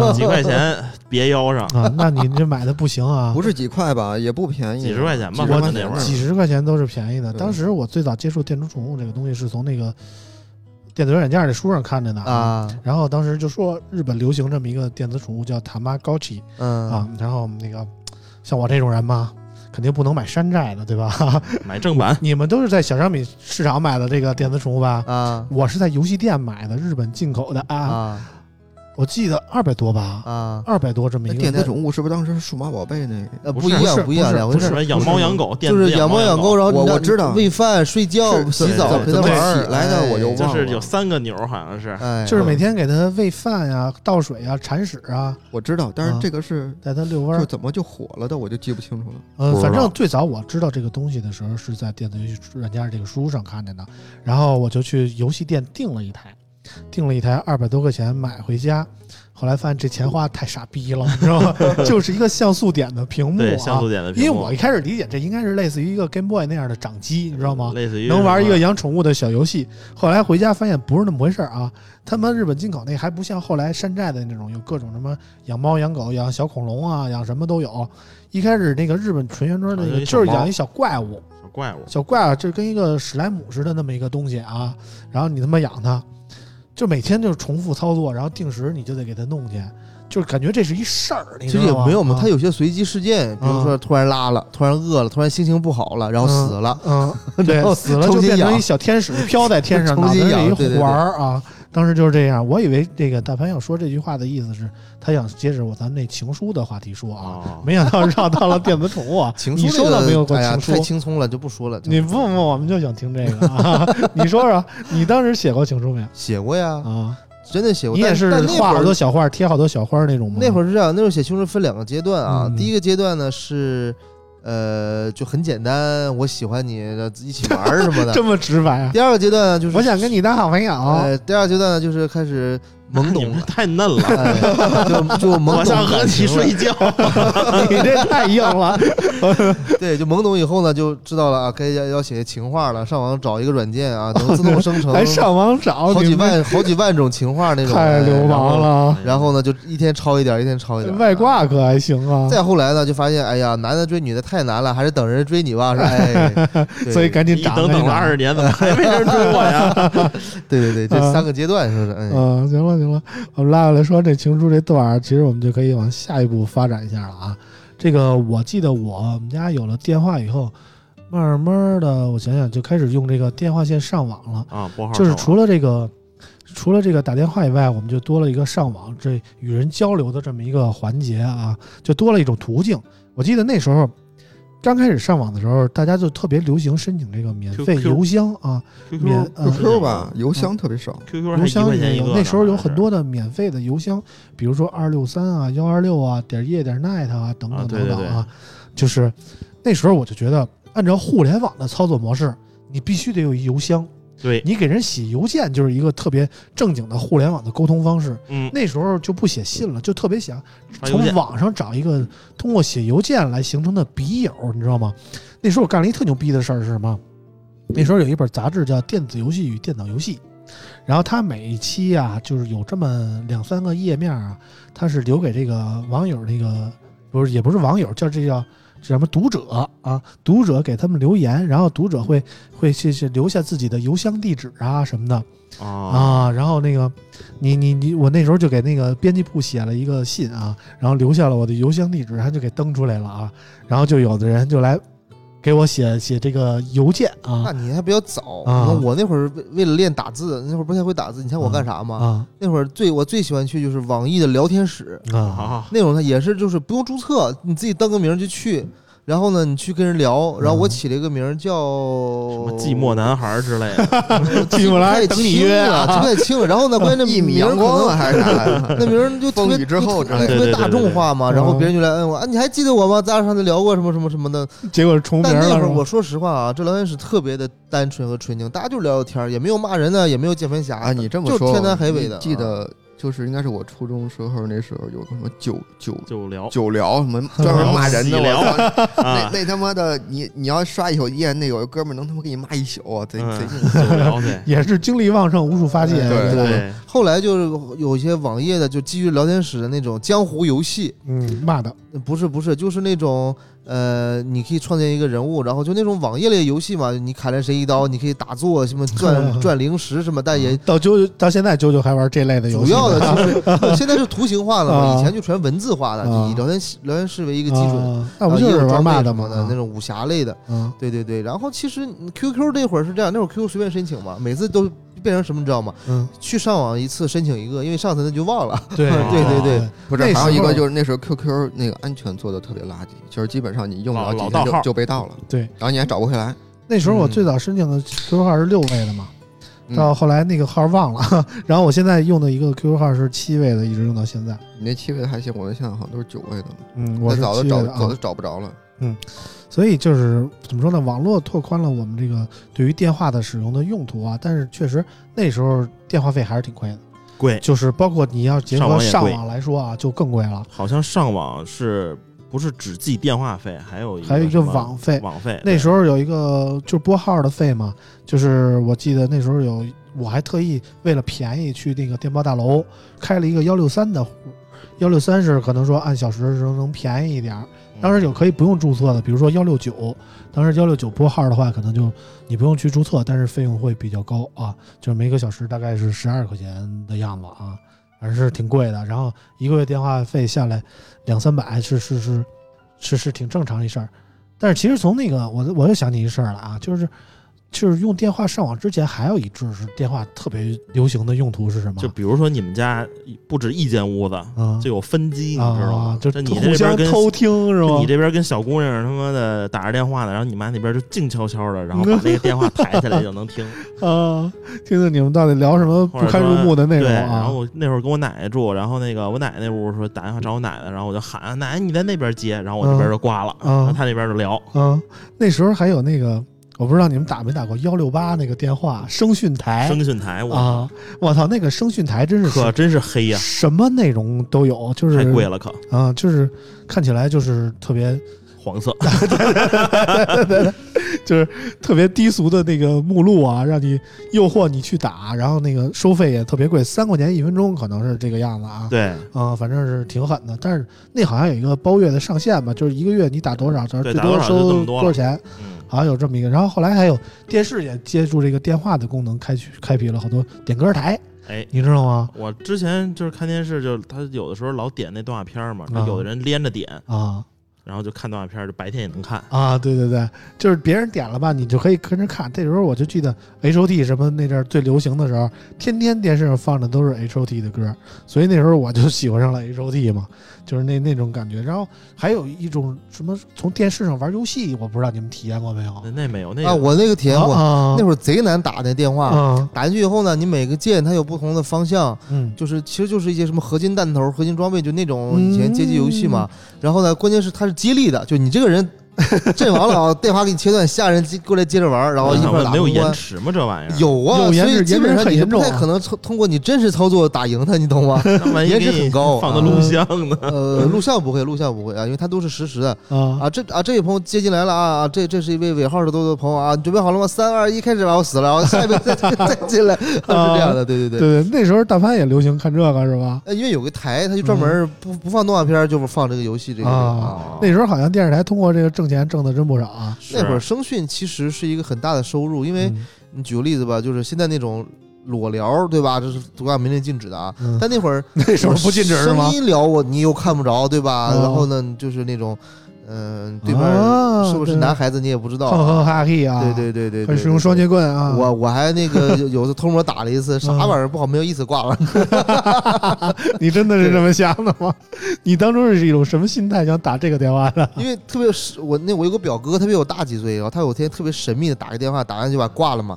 Speaker 3: 人。
Speaker 2: 啊
Speaker 4: 几块钱别腰上，
Speaker 2: 啊，那你这买的不行啊，
Speaker 6: 不是几块吧，也不便宜，
Speaker 4: 几十块钱吧，
Speaker 6: 几
Speaker 4: 我
Speaker 6: 十
Speaker 4: 那
Speaker 6: 块
Speaker 4: 会
Speaker 6: 钱
Speaker 4: 儿
Speaker 2: 几十块钱都是便宜的。
Speaker 6: 对
Speaker 2: 当时我最早接触电子宠物这个东西是从那个电子软件的书上看着的。
Speaker 3: 啊，
Speaker 2: 然后当时就说日本流行这么一个电子宠物叫 Tamagotchi
Speaker 3: 嗯
Speaker 2: 啊，然后那个像我这种人嘛，肯定不能买山寨的，对吧？
Speaker 4: 买正版，
Speaker 2: 你们都是在小商品市场买的这个电子宠物吧？
Speaker 3: 啊
Speaker 2: 我是在游戏店买的，日本进口的啊，
Speaker 3: 啊
Speaker 2: 我记得二百多吧，
Speaker 3: 啊！
Speaker 2: 二百多这么
Speaker 6: 那
Speaker 2: 一个
Speaker 6: 电子宠物是不是当时是数码宝贝那个？
Speaker 3: 呃，
Speaker 4: 不
Speaker 3: 不一
Speaker 4: 是
Speaker 3: 样，
Speaker 2: 不
Speaker 3: 一样，
Speaker 2: 是
Speaker 3: 两回
Speaker 2: 不
Speaker 3: 事
Speaker 4: 什
Speaker 3: 儿。
Speaker 4: 么养猫养狗，电
Speaker 3: 就
Speaker 4: 子
Speaker 3: 是
Speaker 4: 猫
Speaker 3: 猫
Speaker 4: 养
Speaker 3: 狗，然后你
Speaker 6: 我
Speaker 3: 让
Speaker 6: 我知道
Speaker 3: 喂饭、睡觉、
Speaker 6: 是
Speaker 3: 洗
Speaker 4: 对
Speaker 3: 澡
Speaker 4: 对
Speaker 3: 陪它
Speaker 6: 怎么
Speaker 3: 玩儿
Speaker 6: 起来的我就忘
Speaker 4: 就
Speaker 6: 了
Speaker 4: 是有三个钮儿，好像是
Speaker 3: 哎，
Speaker 2: 就是每天给它喂饭呀、倒水啊、铲屎啊，
Speaker 6: 我知道，但
Speaker 2: 啊
Speaker 6: 是这个是
Speaker 2: 带它遛弯
Speaker 6: 就
Speaker 2: 儿。
Speaker 6: 怎么就火了的，我就记不清楚了。
Speaker 2: 呃，
Speaker 4: 不知道
Speaker 2: 反正最早我知道这个东西的时候是在电子游戏软件这个书上看见的，然后我就去游戏店订了一台，订了一台二百多块钱买回家，后来发现这钱花太傻逼了，你知 道吗？就是一个像素点的屏幕
Speaker 4: 对像
Speaker 2: 啊
Speaker 4: 素，点的
Speaker 2: 因
Speaker 4: 屏
Speaker 2: 为
Speaker 4: 幕，
Speaker 2: 我一开始理解这应该是类似于一个 Game Boy 那样的掌机，你知道吗？
Speaker 4: 类似于
Speaker 2: 能玩一
Speaker 4: 什
Speaker 2: 个
Speaker 4: 么
Speaker 2: 养宠物的小游戏。后来回家发现不是那么回事儿啊，他妈日本进口那还不像后来山寨的那种，有各种什么养猫、养狗、养小恐龙啊，养什么都有。一开始那个日本纯原装那
Speaker 4: 啊
Speaker 2: 个
Speaker 4: 有一
Speaker 2: 就是
Speaker 4: 小猫
Speaker 2: 养一小怪物，
Speaker 4: 小怪物，
Speaker 2: 小怪物啊就跟一个史莱姆似的那么一个东西啊，然后你他妈养它，就每天就重复操作，然后定时你就得给它弄去，就是感觉这是一事儿，你
Speaker 3: 其
Speaker 2: 知
Speaker 3: 实
Speaker 2: 道
Speaker 3: 也
Speaker 2: 吗
Speaker 3: 没有嘛，
Speaker 2: 啊
Speaker 3: 它有些随机事件，比如说突然拉了，突然饿了，突然心情不好了，然后死了，
Speaker 2: 嗯，
Speaker 3: 然
Speaker 2: 对，
Speaker 3: 后
Speaker 2: 死了
Speaker 3: 重
Speaker 2: 就
Speaker 3: 新
Speaker 2: 变成
Speaker 3: 养
Speaker 2: 一小天使飘在天上，
Speaker 3: 重
Speaker 2: 脑子
Speaker 3: 新
Speaker 2: 里
Speaker 3: 养
Speaker 2: 一
Speaker 3: 对对对。
Speaker 2: 环儿啊。当时就是这样，我以为这个大潘要说这句话的意思是，他想接着我咱们那情书的话题说 啊，
Speaker 4: 啊，
Speaker 2: 没想到绕到了电子宠物啊
Speaker 3: 哦 情
Speaker 2: 你
Speaker 3: 书
Speaker 2: 收
Speaker 3: 这
Speaker 2: 到
Speaker 3: 个
Speaker 2: 没有？过
Speaker 3: 哎呀，
Speaker 2: 情
Speaker 3: 太
Speaker 2: 书？
Speaker 3: 轻松了，就不说了。
Speaker 2: 你问问我们就想听这个啊！ 你说说，你当时写过情书没有
Speaker 3: 写过呀，
Speaker 2: 啊？
Speaker 3: 真的写过。
Speaker 2: 你也
Speaker 3: 但
Speaker 2: 是
Speaker 3: 但那
Speaker 2: 画
Speaker 3: 会
Speaker 2: 好多
Speaker 3: 儿
Speaker 2: 小画，贴好多小花那种吗？
Speaker 3: 那会儿是这样，那时候写情书分两个阶段啊
Speaker 2: 嗯，
Speaker 3: 第一个阶段呢是，呃，就很简单，我喜欢你，一起玩儿什么的
Speaker 2: 这。么直白 啊！
Speaker 3: 第二个阶段呢，就是
Speaker 2: 我想跟你当好朋友。
Speaker 3: 呃，第二阶段呢就是开始懵
Speaker 4: 你
Speaker 3: 懂
Speaker 4: 们
Speaker 3: 了，
Speaker 4: 太嫩了。
Speaker 3: 哎就就懵懂。
Speaker 4: 我想和你睡觉，
Speaker 2: 你这太硬 了。
Speaker 3: 对，就懵懂以后呢，就知道了啊，该要要写情话了，上网找一个软件啊，能自动生成
Speaker 2: 还上网找，
Speaker 3: 好
Speaker 2: 你
Speaker 3: 几
Speaker 2: 们
Speaker 3: 万、好几万种情话那种，
Speaker 2: 太
Speaker 3: 哎
Speaker 2: 流氓。了。
Speaker 3: 然后然后呢，就一天抄一点，一天抄一点。
Speaker 2: 外挂可还行啊，
Speaker 3: 再后来呢，就发现，哎呀，男的追女的太难了，还是等人追你吧。是哎，对
Speaker 2: 所以赶紧
Speaker 4: 一
Speaker 2: 涨。
Speaker 4: 等等了二十年，怎么还没人追我呀？
Speaker 3: 对对对，
Speaker 2: 啊
Speaker 3: 这三个阶段是不是？哎，
Speaker 2: 嗯，行了行了，我们拉回来说这情书这段儿，其实我们就可以往下一步发展一下了啊。这个我记得我们家有了电话以后，慢慢的我想想就开始用这个电话线上网了，
Speaker 4: 啊，拨号
Speaker 2: 就是
Speaker 4: 上网
Speaker 2: 除了这个。除了这个打电话以外，我们就多了一个上网这与人交流的这么一个环节啊，就多了一种途径。我记得那时候刚开始上网的时候，大家就特别流行申请这个免费
Speaker 4: QQ
Speaker 2: 邮箱啊，免
Speaker 4: QQ
Speaker 2: 呃
Speaker 6: QQ 吧，邮箱特别少，
Speaker 4: QQ 还
Speaker 2: 邮
Speaker 4: 一
Speaker 2: 箱
Speaker 4: 块
Speaker 2: 也
Speaker 4: 钱一个
Speaker 2: 有，
Speaker 4: 呢，
Speaker 2: 那时候有很
Speaker 4: 好
Speaker 2: 多的免费的邮箱，比如说二六三啊、幺二六啊、点夜点 net 啊等
Speaker 4: 啊
Speaker 2: 等
Speaker 4: 对
Speaker 2: 等
Speaker 4: 对
Speaker 2: 等啊，就是那时候我就觉得，按照互联网的操作模式，你必须得有一邮箱，
Speaker 4: 像是，对，
Speaker 2: 你给人写邮件就是一个特别正经的互联网的沟通方式。
Speaker 4: 嗯，
Speaker 2: 那时候就不写信了，就特别想
Speaker 4: 发邮
Speaker 2: 从
Speaker 4: 件
Speaker 2: 网上找一个通过写邮件来形成的笔友，你知道吗？那时候我干了一特牛逼的事儿是什么？那时候有一本杂志叫《电子游戏与电脑游戏》，然后它每一期啊，就是有这么两三个页面啊，它是留给这个网友那个不是也不是网友，叫这叫。叫什么读者啊？读者给他们留言，然后读者会会去去留下自己的邮箱地址啊什么的。
Speaker 4: 啊
Speaker 2: 啊，然后那个，你你你，我那时候就给那个编辑部写了一个信啊，然后留下了我的邮箱地址，他就给登出来了啊，然后就有的人就来给我写写这个邮件
Speaker 3: 那
Speaker 2: 啊
Speaker 3: 你还比较早，
Speaker 2: 啊
Speaker 3: 那我那会儿为为了练打字，那会儿不太会打字，你猜我干啥吗？
Speaker 2: 啊
Speaker 3: 那会儿最我最喜欢去就是网易的聊天室，
Speaker 2: 啊
Speaker 4: 啊，
Speaker 3: 那种它也是就是不用注册，你自己登个名儿就去，然后呢你去跟人聊，然后我
Speaker 2: 嗯
Speaker 3: 起了一个名儿叫
Speaker 4: 什么寂寞男孩之类 的，
Speaker 2: 进过
Speaker 3: 太
Speaker 2: 来等
Speaker 3: 轻
Speaker 2: 你约
Speaker 3: 了，这
Speaker 2: 啊，
Speaker 3: 太轻了。然后呢，关键那
Speaker 6: 一米
Speaker 3: 名儿
Speaker 6: 阳
Speaker 3: 可
Speaker 6: 光
Speaker 3: 能
Speaker 6: 啊，还是啥来的？
Speaker 3: 那名儿就特别
Speaker 6: 风雨之后
Speaker 3: 就
Speaker 6: 之类
Speaker 3: 特
Speaker 4: 的
Speaker 3: 特别
Speaker 4: 对对对
Speaker 3: 大众化嘛。
Speaker 2: 对对
Speaker 3: 然后别人就来问我，啊，你还记得我吗？咱俩上次聊过什么什么什么的。
Speaker 2: 结果重名
Speaker 3: 但那
Speaker 2: 了
Speaker 3: 会
Speaker 2: 是
Speaker 3: 儿我
Speaker 2: 吧？
Speaker 3: 说实话啊，这聊天室特别的单纯和纯净，大家就聊聊天儿，也没有骂人呢，也没有键盘侠
Speaker 6: 啊，你这么
Speaker 3: 就
Speaker 6: 说，
Speaker 3: 天南海北的
Speaker 6: 你记得就是应该是我初中时候那时候有个什么酒酒
Speaker 4: 就聊
Speaker 6: 酒聊什 么专门骂人的，
Speaker 4: 喜聊
Speaker 6: 我操！ 那
Speaker 4: 啊，
Speaker 6: 那他妈的，你你要刷一宿夜，那有个哥们儿能他妈给你骂一宿啊，贼
Speaker 4: 嗯
Speaker 6: 贼劲。
Speaker 4: 就聊嗯对
Speaker 2: 也是精力旺盛，无处发泄，
Speaker 6: 对
Speaker 4: 对，
Speaker 3: 后来就是有一些网页的，就基于聊天室的那种江湖游戏，
Speaker 2: 嗯，骂的
Speaker 3: 不是不是，就是那种呃，你可以创建一个人物，然后就那种网页类游戏嘛，你砍了谁一刀，你可以打坐，什么 赚赚零食什么，但也
Speaker 2: 到啾啾到现在啾啾还玩这类嗯的游
Speaker 3: 主
Speaker 2: 戏呢，
Speaker 3: 要的 就是现在是图形化了嘛，
Speaker 2: 啊
Speaker 3: 以前就全文字化的，
Speaker 2: 啊
Speaker 3: 就以聊天室聊天室为一个基准。
Speaker 2: 啊，那
Speaker 3: 然
Speaker 2: 不
Speaker 3: 后
Speaker 2: 就
Speaker 3: 也
Speaker 2: 是
Speaker 3: 有
Speaker 2: 玩
Speaker 3: 装备
Speaker 2: 骂
Speaker 3: 什
Speaker 2: 的
Speaker 3: 么
Speaker 2: 吗？
Speaker 3: 的那种武侠类的，
Speaker 2: 啊
Speaker 3: 对对对。然后其实嗯 QQ 那会儿是这样，那会儿 QQ 随便申请嘛，每次都变成什么你知道吗？
Speaker 2: 嗯，
Speaker 3: 去上网一次申请一个，因为上次那就忘了。
Speaker 2: 对
Speaker 4: 对对
Speaker 3: 对
Speaker 6: 不是
Speaker 2: 那，时候
Speaker 6: 还有一个就是那时候 QQ 那个安全做的特别垃圾，就是基本上你用不了
Speaker 4: 老
Speaker 6: 几
Speaker 4: 老
Speaker 6: 天
Speaker 4: 盗号
Speaker 6: 就就被盗了，
Speaker 2: 对，
Speaker 6: 然后你还找不回来。
Speaker 2: 那时候我最早申请的 QQ 号是六位的嘛，
Speaker 6: 嗯
Speaker 2: 到后来那个号忘了， 然后我现在用的一个 QQ 号是七位的，一直用到现在。
Speaker 6: 你那七位的还行，我那现在好像都是九位的了，
Speaker 2: 嗯，我
Speaker 6: 那
Speaker 2: 是
Speaker 6: 早
Speaker 2: 七
Speaker 6: 都
Speaker 2: 位
Speaker 6: 找
Speaker 2: 的
Speaker 6: 早都
Speaker 2: 啊，
Speaker 6: 找不着了。
Speaker 2: 所以就是怎么说呢，网络拓宽了我们这个对于电话的使用的用途啊，但是确实那时候电话费还是挺贵的，
Speaker 4: 贵，
Speaker 2: 就是包括你要结
Speaker 4: 上
Speaker 2: 合
Speaker 4: 网也
Speaker 2: 上
Speaker 4: 贵
Speaker 2: 网来说啊，就更贵了，
Speaker 4: 好像上网是不是只计电话费，还有
Speaker 2: 还有一个
Speaker 4: 什么
Speaker 2: 网费。
Speaker 4: 网费，
Speaker 2: 那时候有一个就是拨号的费嘛，就是我记得那时候有，我还特意为了便宜去那个电报大楼开了一个幺六三的户，幺六三是可能说按小时时候能便宜一点儿。
Speaker 4: 候
Speaker 2: 当时有可以不用注册的，比如说幺六九，当时幺六九拨号的话，可能就你不用去注册，但是费用会比较高啊，就是每个小时大概是十二块钱的样子啊，反正是挺贵的。然后一个月电话费下来两三百是是是是是挺正常一事儿。但是其实从那个我我又想起一事儿了啊，就是就是用电话上网之前还有一制是电话特别流行的用途是什么？
Speaker 4: 就比如说你们家不止一间屋子，
Speaker 2: 啊
Speaker 4: 就有分机，你知道
Speaker 2: 啊
Speaker 4: 吗，？
Speaker 2: 就
Speaker 4: 这你
Speaker 2: 互
Speaker 4: 这
Speaker 2: 相
Speaker 4: 边跟
Speaker 2: 偷听是吗
Speaker 4: 你？这边跟小姑娘他妈的打着电话呢，然后你妈那边就静悄悄的，然后把那个电话抬起来就能听。
Speaker 2: 啊，听听你们到底聊什么不
Speaker 4: 或者
Speaker 2: 堪
Speaker 4: 说
Speaker 2: 入目的内容
Speaker 4: 对，
Speaker 2: 啊？
Speaker 4: 然后我那会儿跟我奶奶住，然后那个我奶奶那屋说打电话找我奶奶，然后我就喊奶奶你在那边接，然后我这边就挂了，
Speaker 2: 嗯
Speaker 4: 然后她那边就聊。
Speaker 2: 嗯，那时候还有那个，我不知道你们打没打过幺六八那个电话声讯台
Speaker 4: 声讯台我
Speaker 2: 哎啊！我操，那个声讯台真是
Speaker 4: 可真是黑呀，
Speaker 2: 什么内容都有，就是
Speaker 4: 太贵了可
Speaker 2: 啊，就是看起来就是特别
Speaker 4: 黄色。
Speaker 2: 就是特别低俗的那个目录啊，让你诱惑你去打，然后那个收费也特别贵，三块钱一分钟可能是这个样子啊。
Speaker 4: 对
Speaker 2: 啊、反正是挺狠的，但是那好像有一个包月的上限吧，就是一个月你打多少，最
Speaker 4: 对打
Speaker 2: 多
Speaker 4: 多少就这
Speaker 2: 收
Speaker 4: 么多了
Speaker 2: 少钱，
Speaker 4: 嗯，
Speaker 2: 好像有这么一个。然后后来还有电视也接触这个电话的功能，开去开辟了好多点歌台，
Speaker 4: 哎。
Speaker 2: 你知道吗？
Speaker 4: 我之前就是看电视，就是他有的时候老点那动画片嘛，
Speaker 2: 啊
Speaker 4: 有的人连着点，
Speaker 2: 啊，
Speaker 4: 然后就看动画片儿，就白天也能看。
Speaker 2: 啊，对对对，就是别人点了吧，你就可以跟着看。这时候我就记得 H O T 什么那阵儿最流行的时候，天天电视上放的都是 H O T 的歌，所以那时候我就喜欢上了 H O T 嘛，就是那那种感觉。然后还有一种什么从电视上玩游戏，我不知道你们体验过没有？
Speaker 4: 那那没有，那
Speaker 3: 啊，
Speaker 4: 个
Speaker 3: 我那个体验过，
Speaker 2: 啊
Speaker 3: 那会儿贼难打那电话。
Speaker 2: 啊
Speaker 3: 打进去以后呢，你每个键它有不同的方向，
Speaker 2: 嗯
Speaker 3: 就是其实就是一些什么合金弹头、合金装备，就那种以前街机游戏嘛。
Speaker 2: 嗯
Speaker 3: 然后呢，关键是它是接力的，就你这个人 阵亡了啊，电话给你切断，下人接过来接 着玩儿，然后
Speaker 4: 我
Speaker 3: 一
Speaker 4: 想
Speaker 3: 块儿
Speaker 4: 问
Speaker 3: 打
Speaker 4: 没有
Speaker 3: 通关
Speaker 4: 延。迟吗？这玩意儿
Speaker 3: 有啊，
Speaker 2: 有延迟
Speaker 3: 所以基本
Speaker 2: 延迟
Speaker 3: 上
Speaker 2: 很
Speaker 3: 你是
Speaker 2: 严重
Speaker 3: 不
Speaker 2: 啊
Speaker 3: 太可能通通过你真实操作打赢他，你 懂吗？
Speaker 4: 那万一
Speaker 3: 延迟
Speaker 4: 给你
Speaker 3: 很高
Speaker 4: 放的
Speaker 3: 啊
Speaker 4: 录像呢？
Speaker 3: 呃，录像不会，录像不会啊，因为它都是实时的
Speaker 2: 啊
Speaker 3: 啊。这啊，这位朋友接进来了啊，啊这这是一位尾号是多多的朋友啊，你准备好了吗？三二一，开始吧，我死了，然后下一位再 再再进来，啊是这样的，对对
Speaker 2: 对
Speaker 3: 对。
Speaker 2: 对，那时候大潘也流行看这个是吧？
Speaker 3: 呃，因为有个台，他就专门不不放动画片儿，就是放这个游戏这个。这个
Speaker 2: 嗯啊
Speaker 3: 啊
Speaker 2: 那时候好像电视台通过这个挣钱挣的真不少啊。
Speaker 3: 那会儿
Speaker 4: 是
Speaker 3: 声讯其实是一个很大的收入，因为
Speaker 2: 嗯
Speaker 3: 你举个例子吧，就是现在那种裸聊，对吧？这是国家明令禁止的啊。
Speaker 2: 嗯
Speaker 3: 但 那会儿
Speaker 2: 那时候不禁止是吗
Speaker 3: 声？音聊我你又看不着，对吧？
Speaker 2: 哦
Speaker 3: 然后呢，就是那种，嗯，对面
Speaker 2: 啊
Speaker 3: 是不是
Speaker 2: 对
Speaker 3: 男孩子你也不知道
Speaker 2: 哼哼
Speaker 3: 啊，
Speaker 2: 哈嘿啊，
Speaker 3: 对对对对，
Speaker 2: 可
Speaker 3: 对
Speaker 2: 以使用双。
Speaker 3: 对
Speaker 2: 截嗯棍啊。
Speaker 3: 我我还那个有有的偷摸打了一次，啥玩意儿不好，没有意思挂了。
Speaker 2: 你真的是这么想的吗？ 你当初是一种什么心态想打这个电话的？
Speaker 3: 因为特别是我那我有个表哥，他比我大几岁，然后他有天特别神秘的打个电话，打完就把挂了嘛，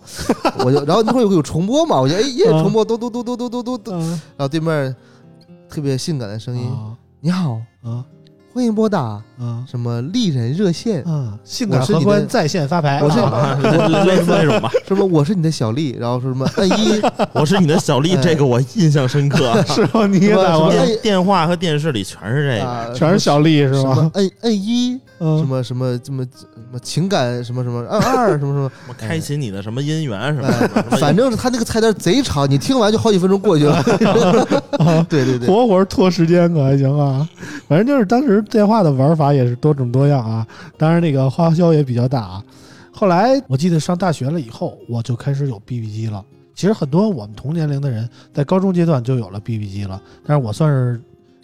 Speaker 3: 我就然后那会儿有有重播嘛，我就哎耶
Speaker 2: 啊
Speaker 3: 重播，嘟嘟嘟嘟嘟嘟嘟嘟，
Speaker 2: 嗯
Speaker 3: 然后对面特别性感的声音，
Speaker 2: 啊
Speaker 3: 你好，
Speaker 2: 啊
Speaker 3: 欢迎拨打
Speaker 2: 啊
Speaker 3: 什么丽人热线，
Speaker 2: 啊！性感
Speaker 3: 我是你
Speaker 2: 荷
Speaker 3: 的
Speaker 2: 官在线发牌，
Speaker 3: 我是
Speaker 2: 啊
Speaker 4: 啊，类似 那种吧。
Speaker 3: 什么我是你的小丽，然后说什么按一，
Speaker 4: 我是你的小丽，
Speaker 3: 哎
Speaker 4: 这个我印象深刻。啊
Speaker 2: 是吗？你也打
Speaker 3: 什
Speaker 2: 过
Speaker 3: 么，
Speaker 4: 电电话和电视里全是这个。
Speaker 3: 啊
Speaker 2: 哎全是小丽是
Speaker 3: 什么
Speaker 2: 吗？
Speaker 3: 按 按一，什
Speaker 2: 嗯
Speaker 3: 么什么什么什么情感什么什么按二什么 什么。
Speaker 4: 什么
Speaker 2: 哎
Speaker 4: 开启你的什么姻缘什么
Speaker 3: 哎
Speaker 4: 的，
Speaker 3: 反正是他那个菜单贼长，你听完就好几分钟过 去了。
Speaker 2: 嗯
Speaker 3: 对对对，
Speaker 2: 活活拖时间可还行啊， 反正就是当时电话的玩法也是多种多样啊，当然那个花销也比较大啊。后来我记得上大学了以后，我就开始有 BB 机了。其实很多我们同年龄的人在高中阶段就有了 BB 机了，但是我算是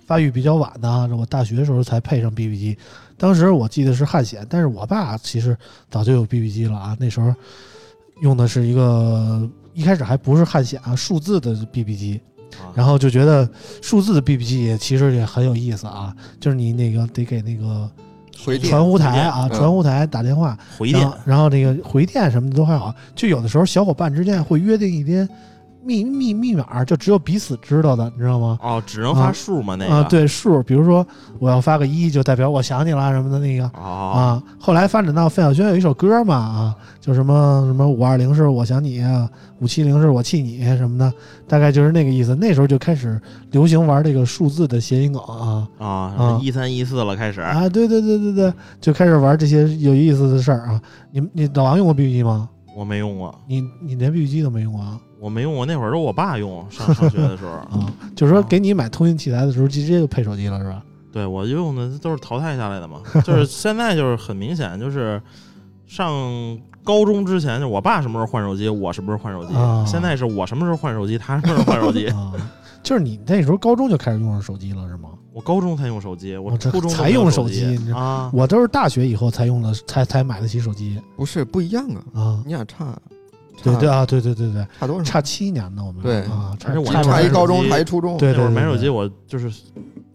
Speaker 2: 发育比较晚的啊，我大学的时候才配上 BB 机。当时我记得是汉显，但是我爸其实早就有 BB 机了啊，那时候用的是一个一开始还不是汉显啊，数字的 BB 机。
Speaker 3: 啊
Speaker 2: 然后就觉得数字的 BB 机也其实也很有意思啊，就是你那个得给那个
Speaker 6: 回电
Speaker 2: 传呼台啊，
Speaker 6: 回电嗯
Speaker 2: 传呼台打电话，
Speaker 4: 回
Speaker 2: 然
Speaker 4: 电
Speaker 2: 后然后那个回电什么的都还好，就有的时候小伙伴之间会约定一些密密密码，就只有彼此知道的，你知道吗？
Speaker 4: 哦，只能发数吗？那个
Speaker 2: 啊，对数，比如说我要发个一，就代表我想你啦什么的那个。
Speaker 4: 哦，
Speaker 2: 啊，后来发展到范晓萱有一首歌嘛啊，就什么什么五二零是我想你啊，五七零是我气你什么的，大概就是那个意思。那时候就开始流行玩这个数字的谐音梗啊
Speaker 4: 啊，一三一四了，开始
Speaker 2: 啊，对对对对对，就开始玩这些有意思的事儿啊。你你老王用过 BB 机吗？
Speaker 4: 我没用过，
Speaker 2: 你你连 BB 机都没用过啊？，
Speaker 4: 我没用过，那会儿都我爸用，上上学的时候
Speaker 2: 啊，就是说给你买通信器材的时候，直接就配手机了是 吧？
Speaker 4: 对我用的都是淘汰下来的嘛，就是现在就是很明显，就是上高中之前，就我爸什么时候换手机，我什么时候换手机
Speaker 2: 啊，
Speaker 4: 现在是我什么时候换手机，他什么时候换 手机，
Speaker 2: 啊，就是你那时候高中就开始用上手机了是吗？
Speaker 4: 我高中才用手机，我
Speaker 2: 哦这
Speaker 4: 初中都
Speaker 2: 才
Speaker 4: 没有
Speaker 2: 用手
Speaker 4: 手
Speaker 2: 机你知道
Speaker 4: 啊，
Speaker 2: 我都是大学以后才用的，才才买得起手机
Speaker 6: 不是不一样啊，
Speaker 2: 啊。
Speaker 6: 你俩差，
Speaker 2: 对
Speaker 6: 差
Speaker 2: 对啊，对对对对，
Speaker 6: 差多少？
Speaker 2: 差七年呢，我们
Speaker 6: 对
Speaker 2: 啊，差
Speaker 4: 嗯而且我
Speaker 2: 差
Speaker 4: 那会
Speaker 6: 差
Speaker 4: 儿
Speaker 6: 一
Speaker 2: 点
Speaker 6: 高
Speaker 4: 手
Speaker 6: 中，
Speaker 4: 机
Speaker 6: 差一初中。
Speaker 2: 对对
Speaker 4: 那会儿
Speaker 2: 对
Speaker 4: 买
Speaker 2: 对
Speaker 4: 手机，我就是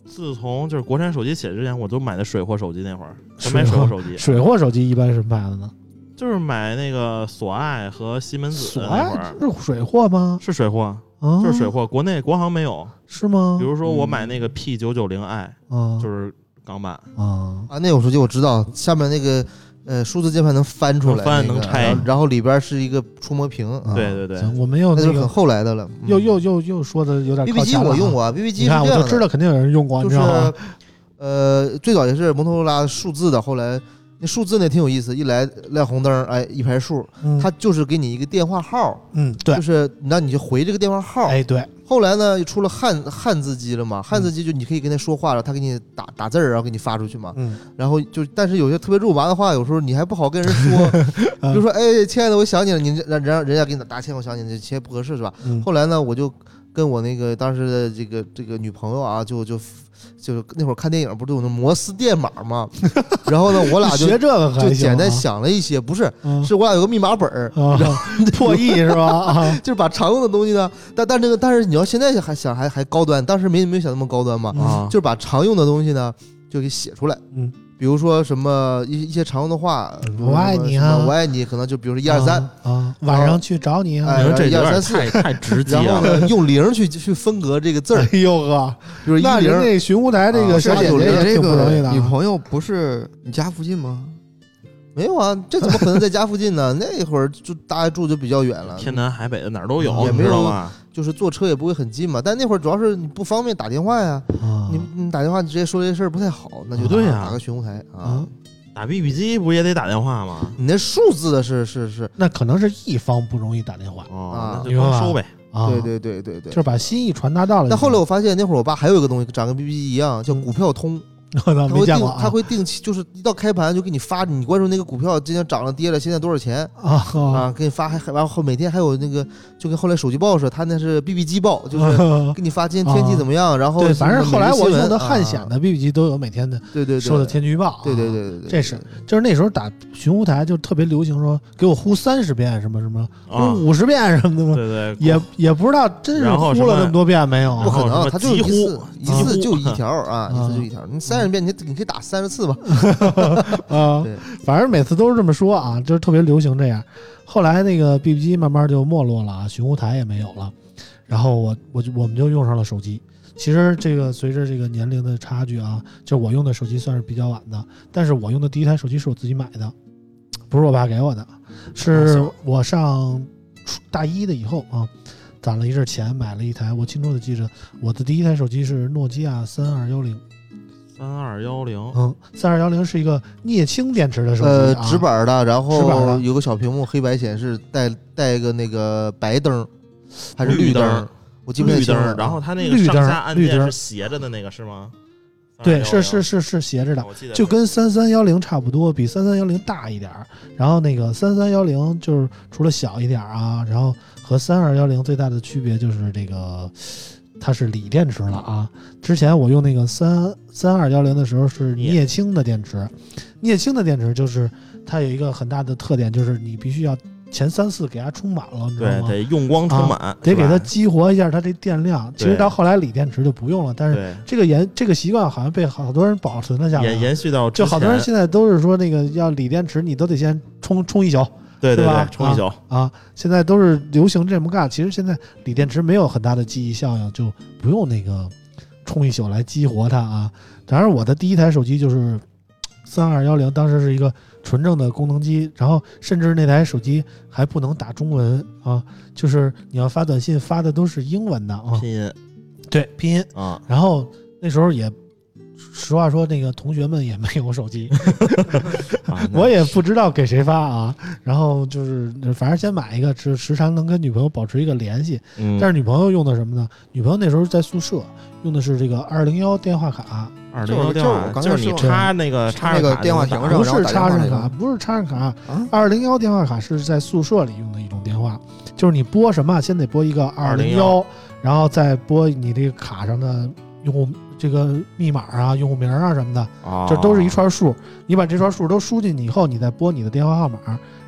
Speaker 4: 自从就是国产手机起来之前，我都买的水货手机。那会儿我买水货手机，
Speaker 2: 水货手机一般是什么牌子呢？
Speaker 4: 就是买那个索爱和西门子
Speaker 2: 索
Speaker 4: 的那会
Speaker 2: 爱
Speaker 4: 儿
Speaker 2: 啊这是水货吗？
Speaker 4: 是水货，
Speaker 2: 啊，
Speaker 4: 就是水货，国内国行没有。
Speaker 2: 是吗？
Speaker 4: 比如说我
Speaker 6: 嗯
Speaker 4: 买那个 P 九九零 i，
Speaker 2: 啊，
Speaker 4: 就是港版，
Speaker 2: 啊，
Speaker 3: 啊，那种手机我知道，下面那个呃数字键盘能翻出来那
Speaker 4: 能
Speaker 3: 个，
Speaker 4: 翻能拆
Speaker 3: 然后然后里边是一个触摸屏，啊
Speaker 2: 啊
Speaker 4: 对对对
Speaker 2: 行，我们又
Speaker 3: 那
Speaker 2: 那
Speaker 3: 就是很
Speaker 2: 个
Speaker 3: 后来的了。嗯
Speaker 2: 又又又又说的有点
Speaker 3: BB
Speaker 2: 靠
Speaker 3: 机
Speaker 2: 前了
Speaker 3: 我
Speaker 2: 啊
Speaker 3: 用，过啊，BB 机
Speaker 2: 你
Speaker 3: 是这
Speaker 2: 看我
Speaker 3: 样的，
Speaker 2: 就知道肯定有人用过，
Speaker 3: 就
Speaker 2: 你
Speaker 3: 是
Speaker 2: 知道吗？
Speaker 3: 呃最早也是摩托罗拉数字的，后来那数字那挺有意思，一来亮红灯，哎一排数，
Speaker 2: 嗯
Speaker 3: 它就是给你一个电话号，
Speaker 2: 嗯对
Speaker 3: 就，是那你就回这个电话号。
Speaker 2: 哎对，
Speaker 3: 后来呢，又出了汉汉字机了嘛，汉字机就你可以跟他说话了，他给你打打字儿，然后给你发出去嘛。
Speaker 2: 嗯
Speaker 3: 然后就，但是有些特别肉麻的话，有时候你还不好跟 人说，比如说，哎，亲爱的，我想你了，你然然后人家给你打道歉，我想你了，这些不合适是吧？
Speaker 2: 嗯
Speaker 3: 后来呢，我就跟我那个当时的这个这个女朋友啊，就就就是那会儿看电影不都有那摩斯电码 吗？然后呢，我俩就
Speaker 2: 学这个还
Speaker 3: 就
Speaker 2: 行
Speaker 3: 简单
Speaker 2: 啊
Speaker 3: 想了一些，不是，
Speaker 2: 啊
Speaker 3: 是我俩有个密码本儿，
Speaker 2: 啊，破译是吧？ 啊，
Speaker 3: 就是把常用的东西呢，但但这个但是你要现在还想还还高端，当时没没有想那么高端嘛，
Speaker 4: 啊，
Speaker 3: 就是把常用的东西呢就给写出来，
Speaker 2: 嗯，
Speaker 3: 比如说什么一一些常用的话，比如
Speaker 2: 我爱
Speaker 3: 什么
Speaker 2: 你啊
Speaker 3: 什么我爱你，可能就比如说一二三，
Speaker 2: 啊，晚上去找你啊
Speaker 3: 哎，
Speaker 4: 你说这有
Speaker 3: 一二三
Speaker 4: 点
Speaker 3: 四
Speaker 4: 太太直接
Speaker 3: 然后
Speaker 4: 了，
Speaker 3: 呢用零去去分隔这个字儿，
Speaker 2: 哎呦呵，
Speaker 3: 比如一
Speaker 2: 那人
Speaker 3: 零，
Speaker 2: 那寻乌台这
Speaker 3: 啊
Speaker 2: 个
Speaker 3: 是
Speaker 2: 小
Speaker 3: 啊
Speaker 2: 姐
Speaker 3: 有
Speaker 2: 姐
Speaker 3: 人
Speaker 2: 也
Speaker 6: 这
Speaker 2: 挺不容易的
Speaker 6: 个
Speaker 2: 啊，
Speaker 6: 女朋友不是你家附近吗？
Speaker 3: 没有啊，这怎么可能在家附近呢？ 那会儿就大家住就比较远了，
Speaker 4: 天南海北的哪儿都有，
Speaker 3: 也
Speaker 4: 你
Speaker 3: 没有
Speaker 4: 知道吧？
Speaker 3: 就是坐车也不会很近嘛。但那会儿主要是你不方便打电话呀，
Speaker 2: 啊
Speaker 3: 你你打电话你直接说这事儿不太好，那就
Speaker 4: 啊对呀
Speaker 3: 打个寻呼台啊
Speaker 2: 啊。，
Speaker 4: 打 BB 机不也得打电话吗？
Speaker 3: 你那数字的是是是，
Speaker 2: 那可能是一方不容易打电话
Speaker 4: 哦，
Speaker 3: 啊
Speaker 4: 那就光收呗。
Speaker 2: 啊，
Speaker 3: 对，对对对对
Speaker 2: 就。是把心意传达到了。
Speaker 3: 但后来我发现那会儿我爸还有一个东西，长跟 B B 一样，
Speaker 2: 嗯
Speaker 3: 叫股票通，
Speaker 2: 我
Speaker 3: 他
Speaker 2: 倒 没
Speaker 3: 会
Speaker 2: 见
Speaker 3: 定
Speaker 2: 过啊，
Speaker 3: 他会定期，就是一到开盘就给你发，你关注那个股票今天涨了跌了，现在多少钱
Speaker 2: 啊
Speaker 3: 啊？给你发，还还然后每天还有那个，就跟后来手机报似的，他那是 B B 机报，就 是
Speaker 2: 是
Speaker 3: 给你发今天天气怎么样，然后
Speaker 2: 哦对，
Speaker 3: 什么
Speaker 2: 反正后来
Speaker 3: 每日
Speaker 2: 我
Speaker 3: 新闻
Speaker 2: 用的汉显
Speaker 3: 啊
Speaker 2: 的 BB 机都有每天的
Speaker 3: 对对对
Speaker 2: 收的天气预报啊，
Speaker 3: 对对对对对，
Speaker 2: 这是就是那时候打寻呼台就特别流行说给我呼三十遍什么什么，
Speaker 4: 啊，
Speaker 2: 五十遍什么的嘛，
Speaker 4: 对对，
Speaker 2: 也也不知道真是
Speaker 4: 然后
Speaker 2: 呼
Speaker 4: 什
Speaker 2: 了
Speaker 4: 么
Speaker 2: 那么多遍没有啊，
Speaker 3: 不可
Speaker 4: 然后
Speaker 3: 能，
Speaker 4: 什么
Speaker 3: 他就一
Speaker 4: 几乎
Speaker 3: 次一
Speaker 2: 啊
Speaker 3: 次就一条 啊，
Speaker 2: 啊
Speaker 3: 一次就一条，你三十遍你你可以打三十次吧，
Speaker 2: 啊
Speaker 3: 对，
Speaker 2: 反正每次都是这么说啊，就是特别流行这样。后来那个 BB 机慢慢就没落了啊，寻呼台也没有了，然后我我就我们就用上了手机。其实这个随着这个年龄的差距啊，就是我用的手机算是比较晚的，但是我用的第一台手机是我自己买的，不是我爸给我的，
Speaker 3: 哦
Speaker 2: 是我上初大一的以后啊，攒了一阵钱买了一台。我清楚的记着，我的第一台手机是诺基亚三二幺零，
Speaker 4: 三二幺零，
Speaker 2: 嗯，三二幺零是一个镍氢电池的手机、啊，
Speaker 3: 呃，直板的，然
Speaker 2: 直板的
Speaker 3: 后有个小屏幕，黑白显示，带带个那个白灯，还是
Speaker 4: 绿
Speaker 3: 灯？
Speaker 4: 灯
Speaker 3: 我记不太
Speaker 4: 绿
Speaker 3: 清了啊
Speaker 4: 灯，然后它那个
Speaker 2: 啊绿
Speaker 4: 上
Speaker 2: 灯
Speaker 4: 下按
Speaker 2: 绿
Speaker 4: 键
Speaker 2: 灯
Speaker 4: 是斜着的那个是吗？
Speaker 2: 对，
Speaker 4: 3210
Speaker 2: 是是，是是斜着的，
Speaker 4: 啊我记得
Speaker 2: 就是跟三三幺零差不多，比三三幺零大一点儿。然后那个三三幺零就是除了小一点儿啊，然后和三二幺零最大的区别就是这个它是锂电池了啊。之前我用那个三三二幺零的时候是
Speaker 4: 镍
Speaker 2: 镍氢的电池，镍氢的电池就是它有一个很大的特点，就是你必须要前三次给它充满了，你知道
Speaker 4: 对
Speaker 2: 吗？
Speaker 4: 得用光充满，
Speaker 2: 啊得
Speaker 4: 是
Speaker 2: 给
Speaker 4: 吧
Speaker 2: 它激活一下它这电量。其实
Speaker 4: 对
Speaker 2: 到后来锂电池就不用了，但是
Speaker 4: 对
Speaker 2: 这个延这个习惯好像被好多人保存了下来
Speaker 4: 延
Speaker 2: 啊。
Speaker 4: 延续到
Speaker 2: 就
Speaker 4: 之
Speaker 2: 好多人
Speaker 4: 前
Speaker 2: 现在都是说那个要锂电池，你都得先充充一宿
Speaker 4: 对对
Speaker 2: 是吧
Speaker 4: 对充一宿，
Speaker 2: 啊。现在都是流行这么干。其实现在锂电池没有很大的记忆效应，就不用那个充一宿来激活它啊。当然，我的第一台手机就是三二幺零，当时是一个纯正的功能机，然后甚至那台手机还不能打中文啊，就是你要发短信发的都是英文的啊，
Speaker 4: 拼音
Speaker 2: 对拼音。
Speaker 4: 啊，
Speaker 2: 然后那时候也，实话说，那个同学们也没有手机，
Speaker 4: 啊那
Speaker 2: 我也不知道给谁发啊。然后就是，反正先买一个，时时常能跟女朋友保持一个联系。
Speaker 4: 嗯
Speaker 2: 但是女朋友用的什么呢？女朋友那时候在宿舍用的是这个二零幺电话卡，
Speaker 4: 二
Speaker 6: 就
Speaker 4: 零幺
Speaker 6: 是就
Speaker 4: 电
Speaker 6: 是我
Speaker 4: 话
Speaker 6: 刚
Speaker 4: 就
Speaker 6: 才
Speaker 4: 是你
Speaker 6: 说
Speaker 4: 插那个插
Speaker 6: 那
Speaker 4: 着
Speaker 6: 个
Speaker 4: 卡
Speaker 6: 电话
Speaker 4: 那个
Speaker 6: 亭
Speaker 4: 打
Speaker 6: 上
Speaker 2: 不
Speaker 6: 然后
Speaker 2: 是
Speaker 6: 打电
Speaker 2: 插
Speaker 6: 话
Speaker 2: 上
Speaker 6: 那
Speaker 2: 卡，
Speaker 6: 个
Speaker 2: 不是插上卡。
Speaker 6: 啊，
Speaker 2: 二零幺电话卡是在宿舍里用的一种电话，就是你拨什么，先得拨一个二零幺
Speaker 4: 201，
Speaker 2: 然后再拨你这个卡上的用户这个密码啊、用户名啊什么的。
Speaker 4: 啊
Speaker 2: 这都是一串数，你把这串数都输进去以后，你再拨你的电话号码，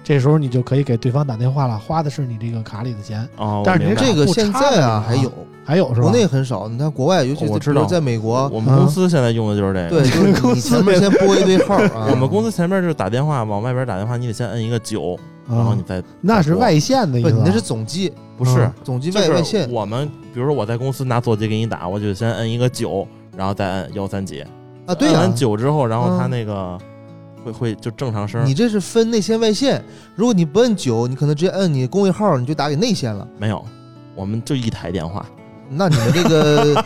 Speaker 2: 这时候你就可以给对方打电话了，花的是你这个卡里的钱。
Speaker 4: 哦，
Speaker 2: 但是您
Speaker 4: 我明白
Speaker 3: 这个
Speaker 2: 不
Speaker 3: 现
Speaker 2: 插着
Speaker 3: 在
Speaker 2: 呢
Speaker 3: 啊还有，
Speaker 2: 还有是吧啊
Speaker 3: 国？内很少。你看国外，尤其
Speaker 4: 我
Speaker 3: 是
Speaker 4: 知
Speaker 3: 比如
Speaker 4: 道
Speaker 3: 在美国，
Speaker 4: 我们公司现在用的就是这个，
Speaker 3: 对，就是你前面先拨一堆号啊。
Speaker 4: 我们公司前面就是打电话，往外边打电话，你得先摁一个九，然后
Speaker 2: 啊
Speaker 3: 哦
Speaker 4: 你，再
Speaker 2: 那是外线的意
Speaker 3: 不，
Speaker 2: 思啊。
Speaker 3: 你那是总机，
Speaker 4: 不是
Speaker 2: 嗯
Speaker 3: 总机
Speaker 4: 就
Speaker 3: 外外
Speaker 4: 是
Speaker 3: 线。
Speaker 4: 我们，比如说我在公司拿座机给你打，我就先摁一个九，然后再摁幺三几
Speaker 3: 啊，对
Speaker 4: 摁
Speaker 3: 呀
Speaker 4: 完，九之后，然后它
Speaker 3: 嗯
Speaker 4: 那个会会就正常声
Speaker 3: 你这是分内线外线。如果你不摁九，你可能直接摁你工位号，你就打给内线了。
Speaker 4: 没有，我们就一台电话，
Speaker 3: 那你们这 个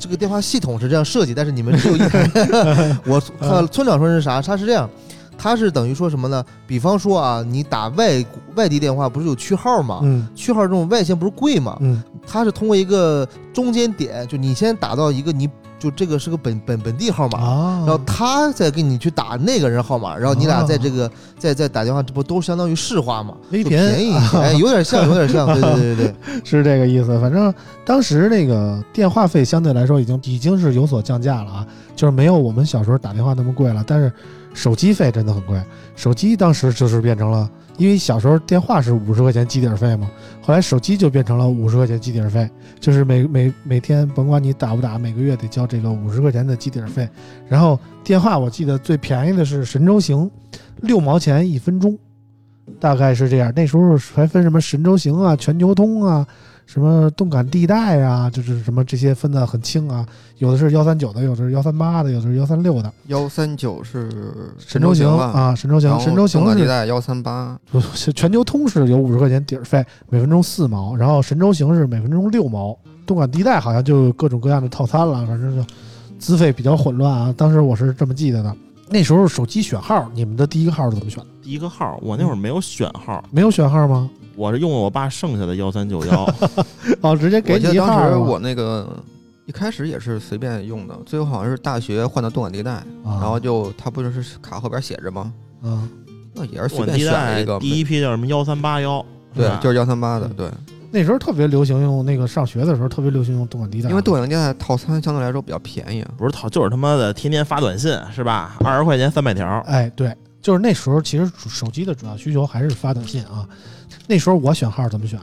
Speaker 3: 这个电话系统是这样设计，但是你们只有一台。 我
Speaker 4: 嗯
Speaker 3: 看村长说是啥？他是这样，他是等于说什么呢？比方说啊，你打外国外地电话不是有区号吗？
Speaker 2: 嗯
Speaker 3: 区号这种外线不是贵吗？
Speaker 2: 嗯
Speaker 3: 它是通过一个中间点，就你先打到一个你就这个是个本本本地号码，
Speaker 2: 啊，
Speaker 3: 然后他再给你去打那个人号码，然后你
Speaker 4: 啊
Speaker 3: 俩在这个再再打电话，这不都相当于市话吗？
Speaker 2: 微
Speaker 3: 就
Speaker 2: 甜
Speaker 3: 便 宜一些，哎，有点像，有点像，对对对对对，
Speaker 2: 是这个意思。反正当时那个电话费相对来说已经已经是有所降价了啊，就是没有我们小时候打电话那么贵了。但是手机费真的很贵，手机当时就是变成了，因为小时候电话是五十块钱机顶费嘛，后来手机就变成了五十块钱机顶费，就是每每每天甭管你打不打，每个月得交这个五十块钱的机顶费。然后电话我记得最便宜的是神州行，六毛钱一分钟。大概是这样，那时候还分什么神州行啊、全球通啊，什么动感地带啊，就是什么这些分的很清啊，有的是幺三九的，有的是幺三八的，有的是幺三六的。
Speaker 6: 幺三九是
Speaker 2: 神州行
Speaker 6: 吧？
Speaker 2: 啊，神州行，神州行
Speaker 6: 地
Speaker 2: 是
Speaker 6: 带幺三八，
Speaker 2: 是 全球通是有五十块钱底儿费，每分钟四毛，然后神州行是每分钟六毛，动感地带好像就有各种各样的套餐了，反正就资费比较混乱啊。当时我是这么记得的。那时候手机选号，你们的第一个号是怎么选的？
Speaker 4: 第一个号，我
Speaker 3: 嗯
Speaker 4: 那会儿没有选号，
Speaker 2: 没有选号吗？
Speaker 4: 我是用我爸剩下的幺三九 幺，
Speaker 2: 哦，直接给
Speaker 6: 我记
Speaker 2: 你
Speaker 6: 得
Speaker 2: 一号
Speaker 6: 当时
Speaker 2: 了
Speaker 6: 我那个一开始也是随便用的，最后好像是大学换的动感地带，
Speaker 2: 啊
Speaker 6: 然后就它不就是卡后边写着吗？
Speaker 2: 嗯，
Speaker 6: 那也是随
Speaker 4: 我
Speaker 6: 便
Speaker 4: 地
Speaker 6: 选了
Speaker 4: 带
Speaker 6: 一个，
Speaker 4: 第一批叫什么幺三八幺，
Speaker 6: 对，
Speaker 4: 吧
Speaker 6: 就是幺三八的，
Speaker 2: 嗯
Speaker 6: 对，
Speaker 2: 那时候特别流行用那个上学的时候特别流行用动感地带，啊
Speaker 6: 因为动感地带套餐相对来说比较便宜，啊
Speaker 4: 不是他就是他妈的天天发短信是吧？二十块钱三百
Speaker 3: 呃
Speaker 4: 条，
Speaker 2: 哎对，就是那时候其实主手机的主要需求还是发短信啊。那时候我选号怎么选？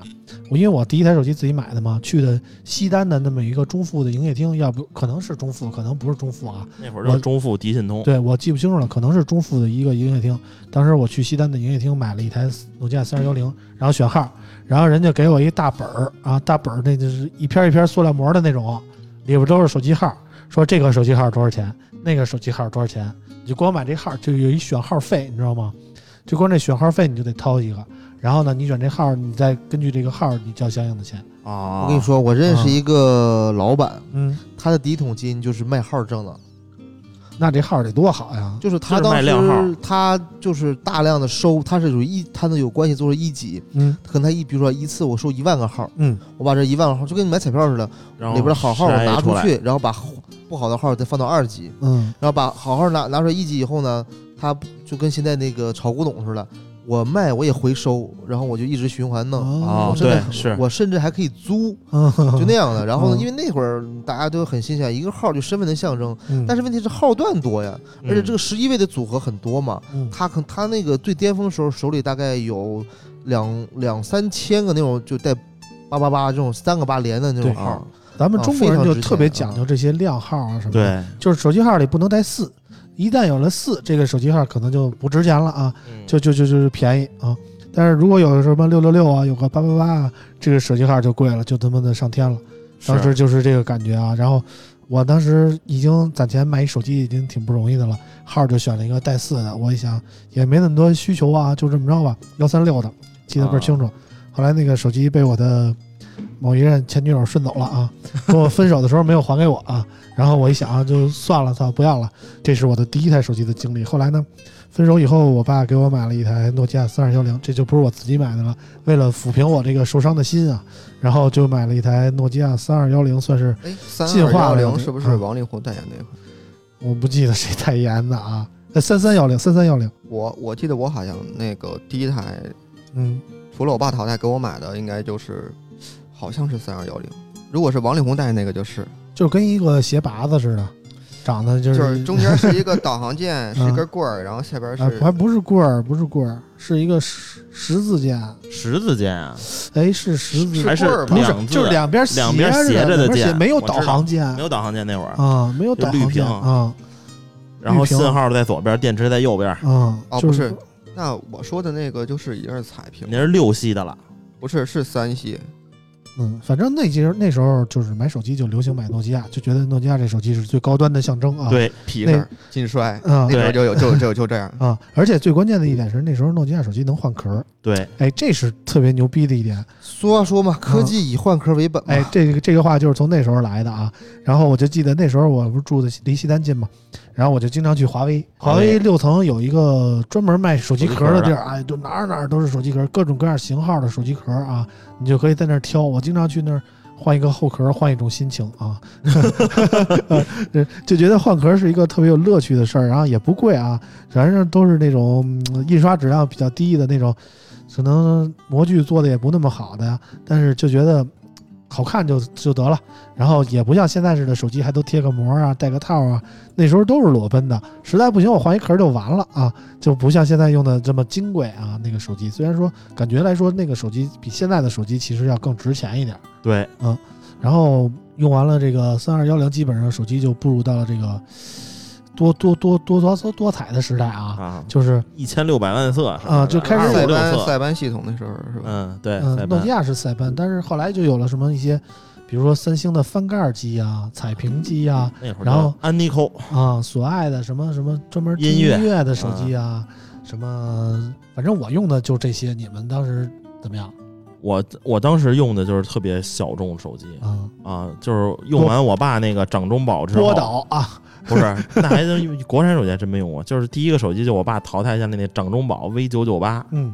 Speaker 2: 我因为我第一台手机自己买的嘛，去的西单的那么一个中富的营业厅，要不可能是中富，可能不是中富啊，
Speaker 4: 那会儿就是中富迪信通，
Speaker 2: 对我记不清楚了，可能是中富的一个营业厅。当时我去西单的营业厅买了一台诺基亚三二幺零，然后选号，然后人家给我一大本儿啊，大本儿那就是一片一片塑料膜的那种，里边都是手机号，说这个手机号多少钱，那个手机号多少钱，你就光买这号就有一选号费，你知道吗？就光这选号费你就得掏一个，然后呢，你选这号，你再根据这个号你交相应的钱。
Speaker 4: 啊，
Speaker 3: 我跟你，说，我认识一个老板，
Speaker 2: 嗯，
Speaker 3: 他的第一桶金就是卖号挣的，
Speaker 2: 那这号得多好呀！
Speaker 3: 就是他
Speaker 4: 啊就是
Speaker 3: 当
Speaker 4: 卖靓
Speaker 3: 时
Speaker 4: 号
Speaker 3: 他就是大量的收，他是属于一，他的有关系做是一级，
Speaker 2: 嗯
Speaker 3: 可能他一比如说一次我收一万个号，
Speaker 2: 嗯，
Speaker 3: 我把这一万个号就跟你买彩票似的，
Speaker 4: 然后
Speaker 3: 里边的好号我
Speaker 4: 筛
Speaker 3: 拿
Speaker 4: 出
Speaker 3: 出
Speaker 4: 来，
Speaker 3: 去，然后把不好的号再放到二级，
Speaker 2: 嗯，
Speaker 3: 然后把好好拿拿出来一级以后呢，他就跟现在那个炒古董似的，我卖我也回收，然后我就一直循环弄，
Speaker 4: 哦
Speaker 2: 哦，
Speaker 3: 真的
Speaker 4: 对是
Speaker 3: 我甚至还可以租，就
Speaker 2: 就
Speaker 3: 那样的。然后呢，
Speaker 2: 嗯
Speaker 3: 因为那会儿大家都很新鲜，一个号就身份的象征，
Speaker 4: 嗯
Speaker 3: 但
Speaker 2: 是
Speaker 3: 是问题是号段多呀，而且这个
Speaker 4: 个
Speaker 3: 十一位的组合很多嘛，他可他那个最巅峰时候手里大概有两两三千个那种就带八八八这种三个八连的那种
Speaker 2: 对
Speaker 3: 号，
Speaker 2: 咱们
Speaker 3: 啊
Speaker 2: 中国人
Speaker 3: 非
Speaker 2: 就
Speaker 3: 常
Speaker 2: 特别讲究这些靓号啊什么的，
Speaker 4: 对，
Speaker 2: 就是手机号里不能带四，一旦有了四，这个手机号可能就不值钱了啊，就就就就是便宜啊。但是如果有什么六六六啊，有个八八八啊，这个手机号就贵了，就他妈的上天了。当时就是这个感觉啊。然后我当时已经攒钱买一手机已经挺不容易的了，号就选了一个带四的。我一想也没那么多需求啊，就这么着吧，幺三六的，记得倍儿清楚。后来那个手机被我的某一任前女友顺走了啊，跟我分手的时候没有还给我啊。然后我一想啊，就算了，操，不要了。这是我的第一台手机的经历。后来呢？分手以后，我爸给我买了一台诺基亚三二幺零，这就不是我自己买的了。为了抚平我这个受伤的心啊，然后就买了一台诺基亚三二幺零，算是
Speaker 6: 哎，三
Speaker 2: 进
Speaker 6: 二
Speaker 2: 化
Speaker 6: 幺
Speaker 2: 了
Speaker 6: 零是不是王力宏代言那款？
Speaker 2: 我不记得谁代言的啊，三三幺零，三三幺零，
Speaker 6: 我我记得我好像那个第一台
Speaker 2: 嗯，
Speaker 6: 除了我爸淘汰给我买的，应该就是好像是三二幺零。如果是王力宏代言那个，就是
Speaker 2: 就跟一个鞋拔子似的，长得就
Speaker 6: 就是是中 间是一个导航键，是一根
Speaker 2: 嗯
Speaker 6: 棍儿，然后下边
Speaker 2: 啊
Speaker 6: 是，
Speaker 2: 还不是棍儿，不是棍儿，是一个十十字键，
Speaker 4: 十字键啊，
Speaker 2: 哎，是十字，
Speaker 4: 还是
Speaker 6: 棍儿
Speaker 2: 不
Speaker 6: 吧
Speaker 2: 是
Speaker 4: 两字啊
Speaker 2: 就是两边
Speaker 4: 两边
Speaker 2: 斜
Speaker 4: 斜着的
Speaker 2: 两边斜
Speaker 4: 键
Speaker 2: 没有
Speaker 4: 我知
Speaker 2: 导
Speaker 4: 道
Speaker 2: 航键
Speaker 4: 没有导航键那会儿，
Speaker 2: 啊，没有
Speaker 4: 就
Speaker 2: 导
Speaker 4: 绿
Speaker 2: 航
Speaker 4: 屏
Speaker 2: 键啊
Speaker 4: 然后
Speaker 2: 绿屏
Speaker 4: 信号在左边，电池在右边，
Speaker 2: 啊，
Speaker 6: 哦
Speaker 2: 就
Speaker 6: 不是那我说的那个就是也是彩屏，
Speaker 4: 那是六系的了，
Speaker 6: 不是是三系，
Speaker 2: 嗯，反正那些那时候就是买手机就流行买诺基亚，就觉得诺基亚这手机是最高端的象征啊，
Speaker 4: 对，
Speaker 6: 皮
Speaker 2: 那
Speaker 6: 克金摔，
Speaker 2: 嗯
Speaker 6: 那时候就有就就就这样。
Speaker 2: 啊，而且最关键的一点是那时候诺基亚手机能换壳儿，
Speaker 4: 对，
Speaker 2: 哎，这是特别牛逼的一点。
Speaker 3: 俗话说嘛，科技以换壳为本嘛。
Speaker 2: 嗯哎，
Speaker 4: 啊
Speaker 2: 这个这个话就是从那时候来的啊。然后我就记得那时候我不是住的离西单近嘛，然后我就经常去华为，华
Speaker 4: 华为
Speaker 2: 为六层有一个专门卖手机壳的地
Speaker 4: 手机壳
Speaker 2: 儿，哎，就哪儿哪儿都是手机壳，各种各样型号的手机壳啊，你就可以在那儿挑。我经常去那儿。换一个后壳，换一种心情啊， 就觉得换壳是一个特别有乐趣的事儿，然后也不贵啊，反正都是那种嗯印刷质量比较低的那种，可能模具做的也不那么好的呀，但是就觉得好看就就得了，然后也不像现在似的手机还都贴个膜啊、带个套啊，那时候都是裸奔的，实在不行我换一壳就完了啊，就不像现在用的这么金贵啊。那个手机虽然说感觉来说那个手机比现在的手机其实要更值钱一点儿，
Speaker 4: 对，
Speaker 2: 然后用完了这个三二幺零，基本上手机就步入到了这个多多多多多多多彩的时代啊，
Speaker 4: 啊，
Speaker 2: 就是
Speaker 4: 一千六百万色
Speaker 2: 啊就开始
Speaker 4: 二
Speaker 2: 有
Speaker 4: 五
Speaker 6: 塞
Speaker 4: 六
Speaker 6: 班
Speaker 4: 色，
Speaker 6: 塞班系统那时候是吧？
Speaker 4: 嗯，对，塞
Speaker 2: 嗯，诺
Speaker 4: 班
Speaker 2: 基亚是塞班，但是后来就有了什么一些，比如说三星的翻盖机啊、彩屏机啊
Speaker 4: 那会儿
Speaker 2: 然后
Speaker 4: 叫安妮蔻，
Speaker 2: 啊，所爱的什么什么专门听
Speaker 4: 音乐
Speaker 2: 音乐的手机啊，什么，反正我用的就这些，你们当时怎么样
Speaker 4: 我我当时用的就是特别小众手机
Speaker 2: 啊？
Speaker 4: 啊，就是用完我爸那个掌中宝之后，
Speaker 2: 波导啊，
Speaker 4: 不是，那还是国产手机还真没用过，就是第一个手机就我爸淘汰下来那掌中宝 V 九九八，
Speaker 2: 嗯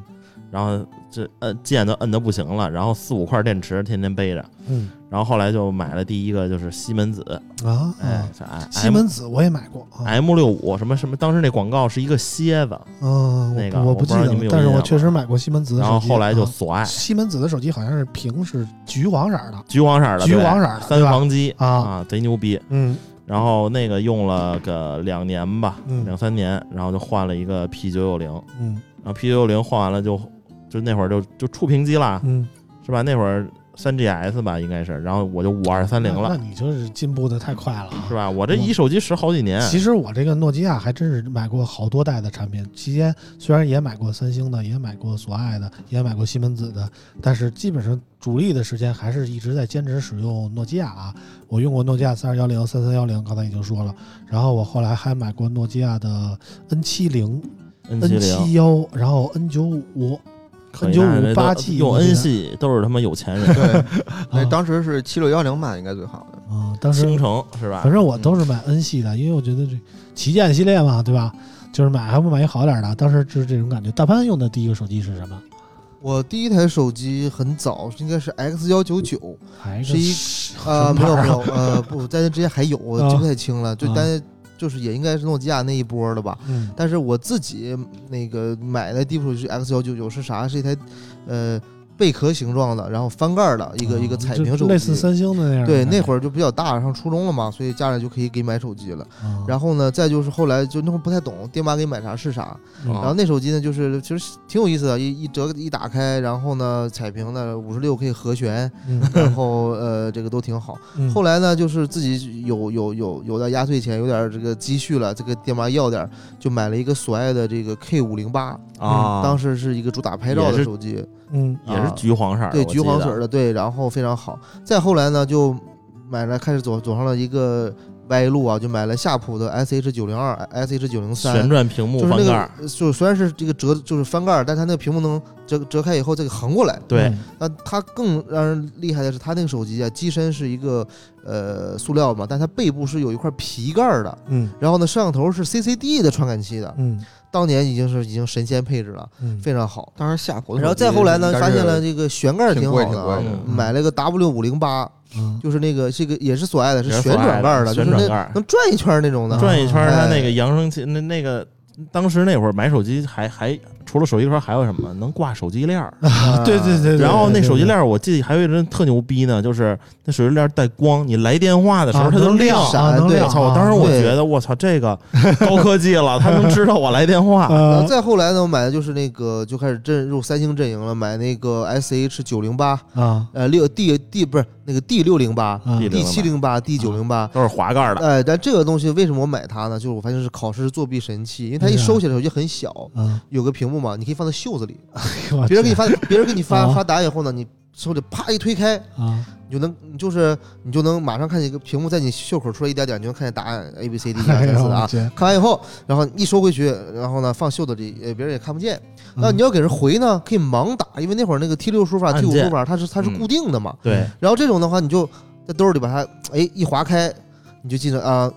Speaker 4: 然后这摁键都摁的不行了，然后四五块电池天天背着，
Speaker 2: 嗯
Speaker 4: 然后后来就买了第一个就是西门子，
Speaker 2: 啊，
Speaker 4: 哎
Speaker 2: 啊，
Speaker 4: 这 M
Speaker 2: 西门子我也买过啊。
Speaker 4: M 六五什么什么，当时那广告是一个蝎子，
Speaker 2: 嗯，
Speaker 4: 那
Speaker 2: 我不
Speaker 4: 个我
Speaker 2: 我
Speaker 4: 不
Speaker 2: 记
Speaker 4: 知道
Speaker 2: 得
Speaker 4: 你
Speaker 2: 了
Speaker 4: 们有，
Speaker 2: 但是
Speaker 4: 印
Speaker 2: 我
Speaker 4: 象
Speaker 2: 确实
Speaker 4: 吗
Speaker 2: 买过西门子的
Speaker 4: 然
Speaker 2: 手
Speaker 4: 后
Speaker 2: 机。
Speaker 4: 后来就
Speaker 2: 啊
Speaker 4: 索爱，
Speaker 2: 西门子的手机好像是屏是橘黄色的
Speaker 4: 橘黄色的，
Speaker 2: 橘
Speaker 4: 对
Speaker 2: 黄色的
Speaker 4: 三
Speaker 2: 对吧
Speaker 4: 黄机
Speaker 2: 啊，
Speaker 4: 啊，贼牛逼。
Speaker 2: 嗯
Speaker 4: 然后那个用了个两年吧，
Speaker 2: 嗯
Speaker 4: 两三年，然后就换了一个 P 九九零，
Speaker 2: 嗯
Speaker 4: 然后 P 九九零换完了就就那会儿就就触屏机啦，
Speaker 2: 嗯，
Speaker 4: 是吧？那会儿三 GS 吧应该是，然后我就五二三零
Speaker 2: 那
Speaker 4: 了，
Speaker 2: 那你就是进步的太快了啊
Speaker 4: 是。吧？我这一手机使好几年，
Speaker 2: 其实我这个诺基亚还真是买过好多代的产品，期间虽然也买过三星的，也买过索爱的，也买过西门子的，但是基本上主力的时间还是一直在坚持使用诺基亚啊。我用过诺基亚三二幺零、三三幺零，刚才已经说了，然后我后来还买过诺基亚的 N 七零、
Speaker 4: N
Speaker 2: N
Speaker 4: 零
Speaker 2: 七幺，然后 N 九五、
Speaker 4: 可
Speaker 2: N
Speaker 4: 以
Speaker 2: 九
Speaker 4: 那
Speaker 2: 五
Speaker 4: 都
Speaker 2: 八 G，
Speaker 4: 用 N 系都是他妈有钱 人，
Speaker 6: 对，那
Speaker 2: 啊
Speaker 6: 当时是七六幺零版应该最好的。
Speaker 2: 啊，当时
Speaker 4: 倾城是吧
Speaker 2: 反？正我都是买 N 系的，因为我觉得这旗舰系列嘛，对吧？就是买还不买一好点儿的，当时就是这种感觉。大潘用的第一个手机是什么？
Speaker 3: 我第一台手机很早，应该是 X 幺九九，
Speaker 2: 还
Speaker 3: 是一
Speaker 2: 啊
Speaker 3: 呃，没有没有，呃，不，在那之前还有，我
Speaker 2: 啊
Speaker 3: 记不太清了，就
Speaker 2: 啊
Speaker 3: 但就是也应该是诺基亚那一波的吧。
Speaker 2: 嗯
Speaker 3: 但是我自己那个买的第一部手机 X 幺九九是啥？是一台呃贝壳形状的，然后翻盖儿的一个、一个
Speaker 2: 啊
Speaker 3: 彩
Speaker 2: 就
Speaker 3: 屏手
Speaker 2: 类似
Speaker 3: 机。
Speaker 2: 三星的那样的感
Speaker 3: 对，
Speaker 2: 觉。
Speaker 3: 那会儿就比较大，上初中了嘛，所以家里就可以给买手机了。
Speaker 2: 啊，
Speaker 3: 然后呢，再就是后来就那会儿不太懂，爹妈给买啥是啥。
Speaker 4: 啊
Speaker 2: 嗯
Speaker 3: 然后那手机呢，就是其实挺有意思的，一一折一打开，然后呢彩屏的五十六 K 和 弦，然后呃这个都挺好。
Speaker 2: 嗯
Speaker 3: 后来呢，就是自己有有有有点压岁钱，有点这个积蓄了，这个爹妈要点儿，就买了一个索爱的这个 K 五零八，
Speaker 6: 嗯
Speaker 4: 啊，
Speaker 3: 当时是一个主打拍照
Speaker 4: 也是
Speaker 3: 的手机，
Speaker 2: 嗯
Speaker 4: 也是橘黄色儿的，
Speaker 3: 对，
Speaker 4: 我
Speaker 3: 橘黄
Speaker 4: 记
Speaker 3: 色
Speaker 4: 得
Speaker 3: 儿的，对，然后非常好。再后来呢，就买了开始走走上了一个歪路啊，就买了夏普的 SH 九零二、SH 九零
Speaker 4: 旋
Speaker 3: 三。
Speaker 4: 转屏幕
Speaker 3: 就是
Speaker 4: 翻
Speaker 3: 那
Speaker 4: 盖
Speaker 3: 个
Speaker 4: 儿，，
Speaker 3: 就虽然是这个折，就是翻盖儿，但它那个屏幕能折折开以后，这个横过来，
Speaker 2: 嗯
Speaker 4: 对，
Speaker 3: 那它更让人厉害的是，它那个手机啊，机身是一个呃塑料嘛，但它背部是有一块皮盖儿的。
Speaker 2: 嗯
Speaker 3: 然后呢，摄像头是 CCD 的传感器的，
Speaker 2: 嗯
Speaker 3: 当年已经是已经神仙配置了，
Speaker 2: 嗯，
Speaker 3: 非常好。
Speaker 6: 当时夏普的手机
Speaker 3: 然后再后来呢，
Speaker 6: 应该
Speaker 3: 发
Speaker 6: 是
Speaker 3: 现了这个旋盖儿
Speaker 6: 挺
Speaker 3: 好
Speaker 6: 贵挺
Speaker 3: 的
Speaker 6: 贵
Speaker 3: 啊，
Speaker 6: 的
Speaker 4: 嗯，
Speaker 3: 买了个 W 五零八，
Speaker 2: 嗯
Speaker 3: 就是那个这个也是索爱的，是
Speaker 4: 也是
Speaker 3: 旋
Speaker 4: 索爱
Speaker 3: 转盖儿的，
Speaker 4: 的
Speaker 3: 就
Speaker 4: 旋
Speaker 3: 是
Speaker 4: 转
Speaker 3: 那
Speaker 4: 盖儿
Speaker 3: 能转一圈儿那种
Speaker 2: 哦
Speaker 3: 的。
Speaker 4: 转一圈儿，它
Speaker 3: 哎
Speaker 4: 那个扬声器，那那个当时那会儿买手机还还除了手机壳还有什么？能挂手机链儿。
Speaker 2: 啊对对对。对
Speaker 4: 然后那
Speaker 2: 对
Speaker 4: 手机
Speaker 2: 对
Speaker 4: 链儿，我记得还有一阵特牛逼呢，就是那手机链儿带光，你来电话的时
Speaker 2: 啊
Speaker 4: 候它就
Speaker 2: 能
Speaker 4: 亮。
Speaker 2: 啊，能
Speaker 3: 哎对
Speaker 2: 亮
Speaker 4: 我
Speaker 2: 啊。
Speaker 4: 操！我当时我
Speaker 3: 对
Speaker 4: 觉得，我操，这个高科技了，它能知道我来电话。
Speaker 3: 然后
Speaker 2: 呃
Speaker 3: 再后来呢，我买的就是那个就开始阵入三星阵营了，买那个 SH 九零八，
Speaker 2: 啊
Speaker 3: 呃六 D D 不是那个 D 六零八、
Speaker 2: 啊
Speaker 4: 地理
Speaker 3: D 七零八、D 九零八。
Speaker 4: 都是滑盖儿的，
Speaker 3: 哎，但这个东西为什么我买它呢？就是我发现是考试作弊神器，因为它一收起来手机很小，
Speaker 2: 啊，
Speaker 3: 有个屏幕嘛，你可以放在袖子里。
Speaker 2: 我
Speaker 3: 别人给
Speaker 2: 天
Speaker 3: 你发，别人给你发
Speaker 2: 啊
Speaker 3: 发答案以后呢，你手里啪一推开，
Speaker 2: 啊，
Speaker 3: 你就能，你就是你就能马上看见一个屏幕在你袖口出来一点点，你就能看见答案 A B C D 一二
Speaker 2: 哎
Speaker 3: 三
Speaker 2: 呦
Speaker 3: 四
Speaker 2: 我
Speaker 3: 啊。
Speaker 2: 天，
Speaker 3: 看完以后，然后一收回去，然后呢放袖子里，呃别人也看不见。那
Speaker 2: 嗯
Speaker 3: 你要给人回呢，可以盲打，因为那会儿那个 T 六输入法、
Speaker 4: 按
Speaker 3: T
Speaker 4: 键
Speaker 3: 五输入法它是它是
Speaker 4: 嗯
Speaker 3: 固定的嘛。
Speaker 4: 对，
Speaker 3: 然后这种的话，你就在兜里把它哎一划开，你就记着啊，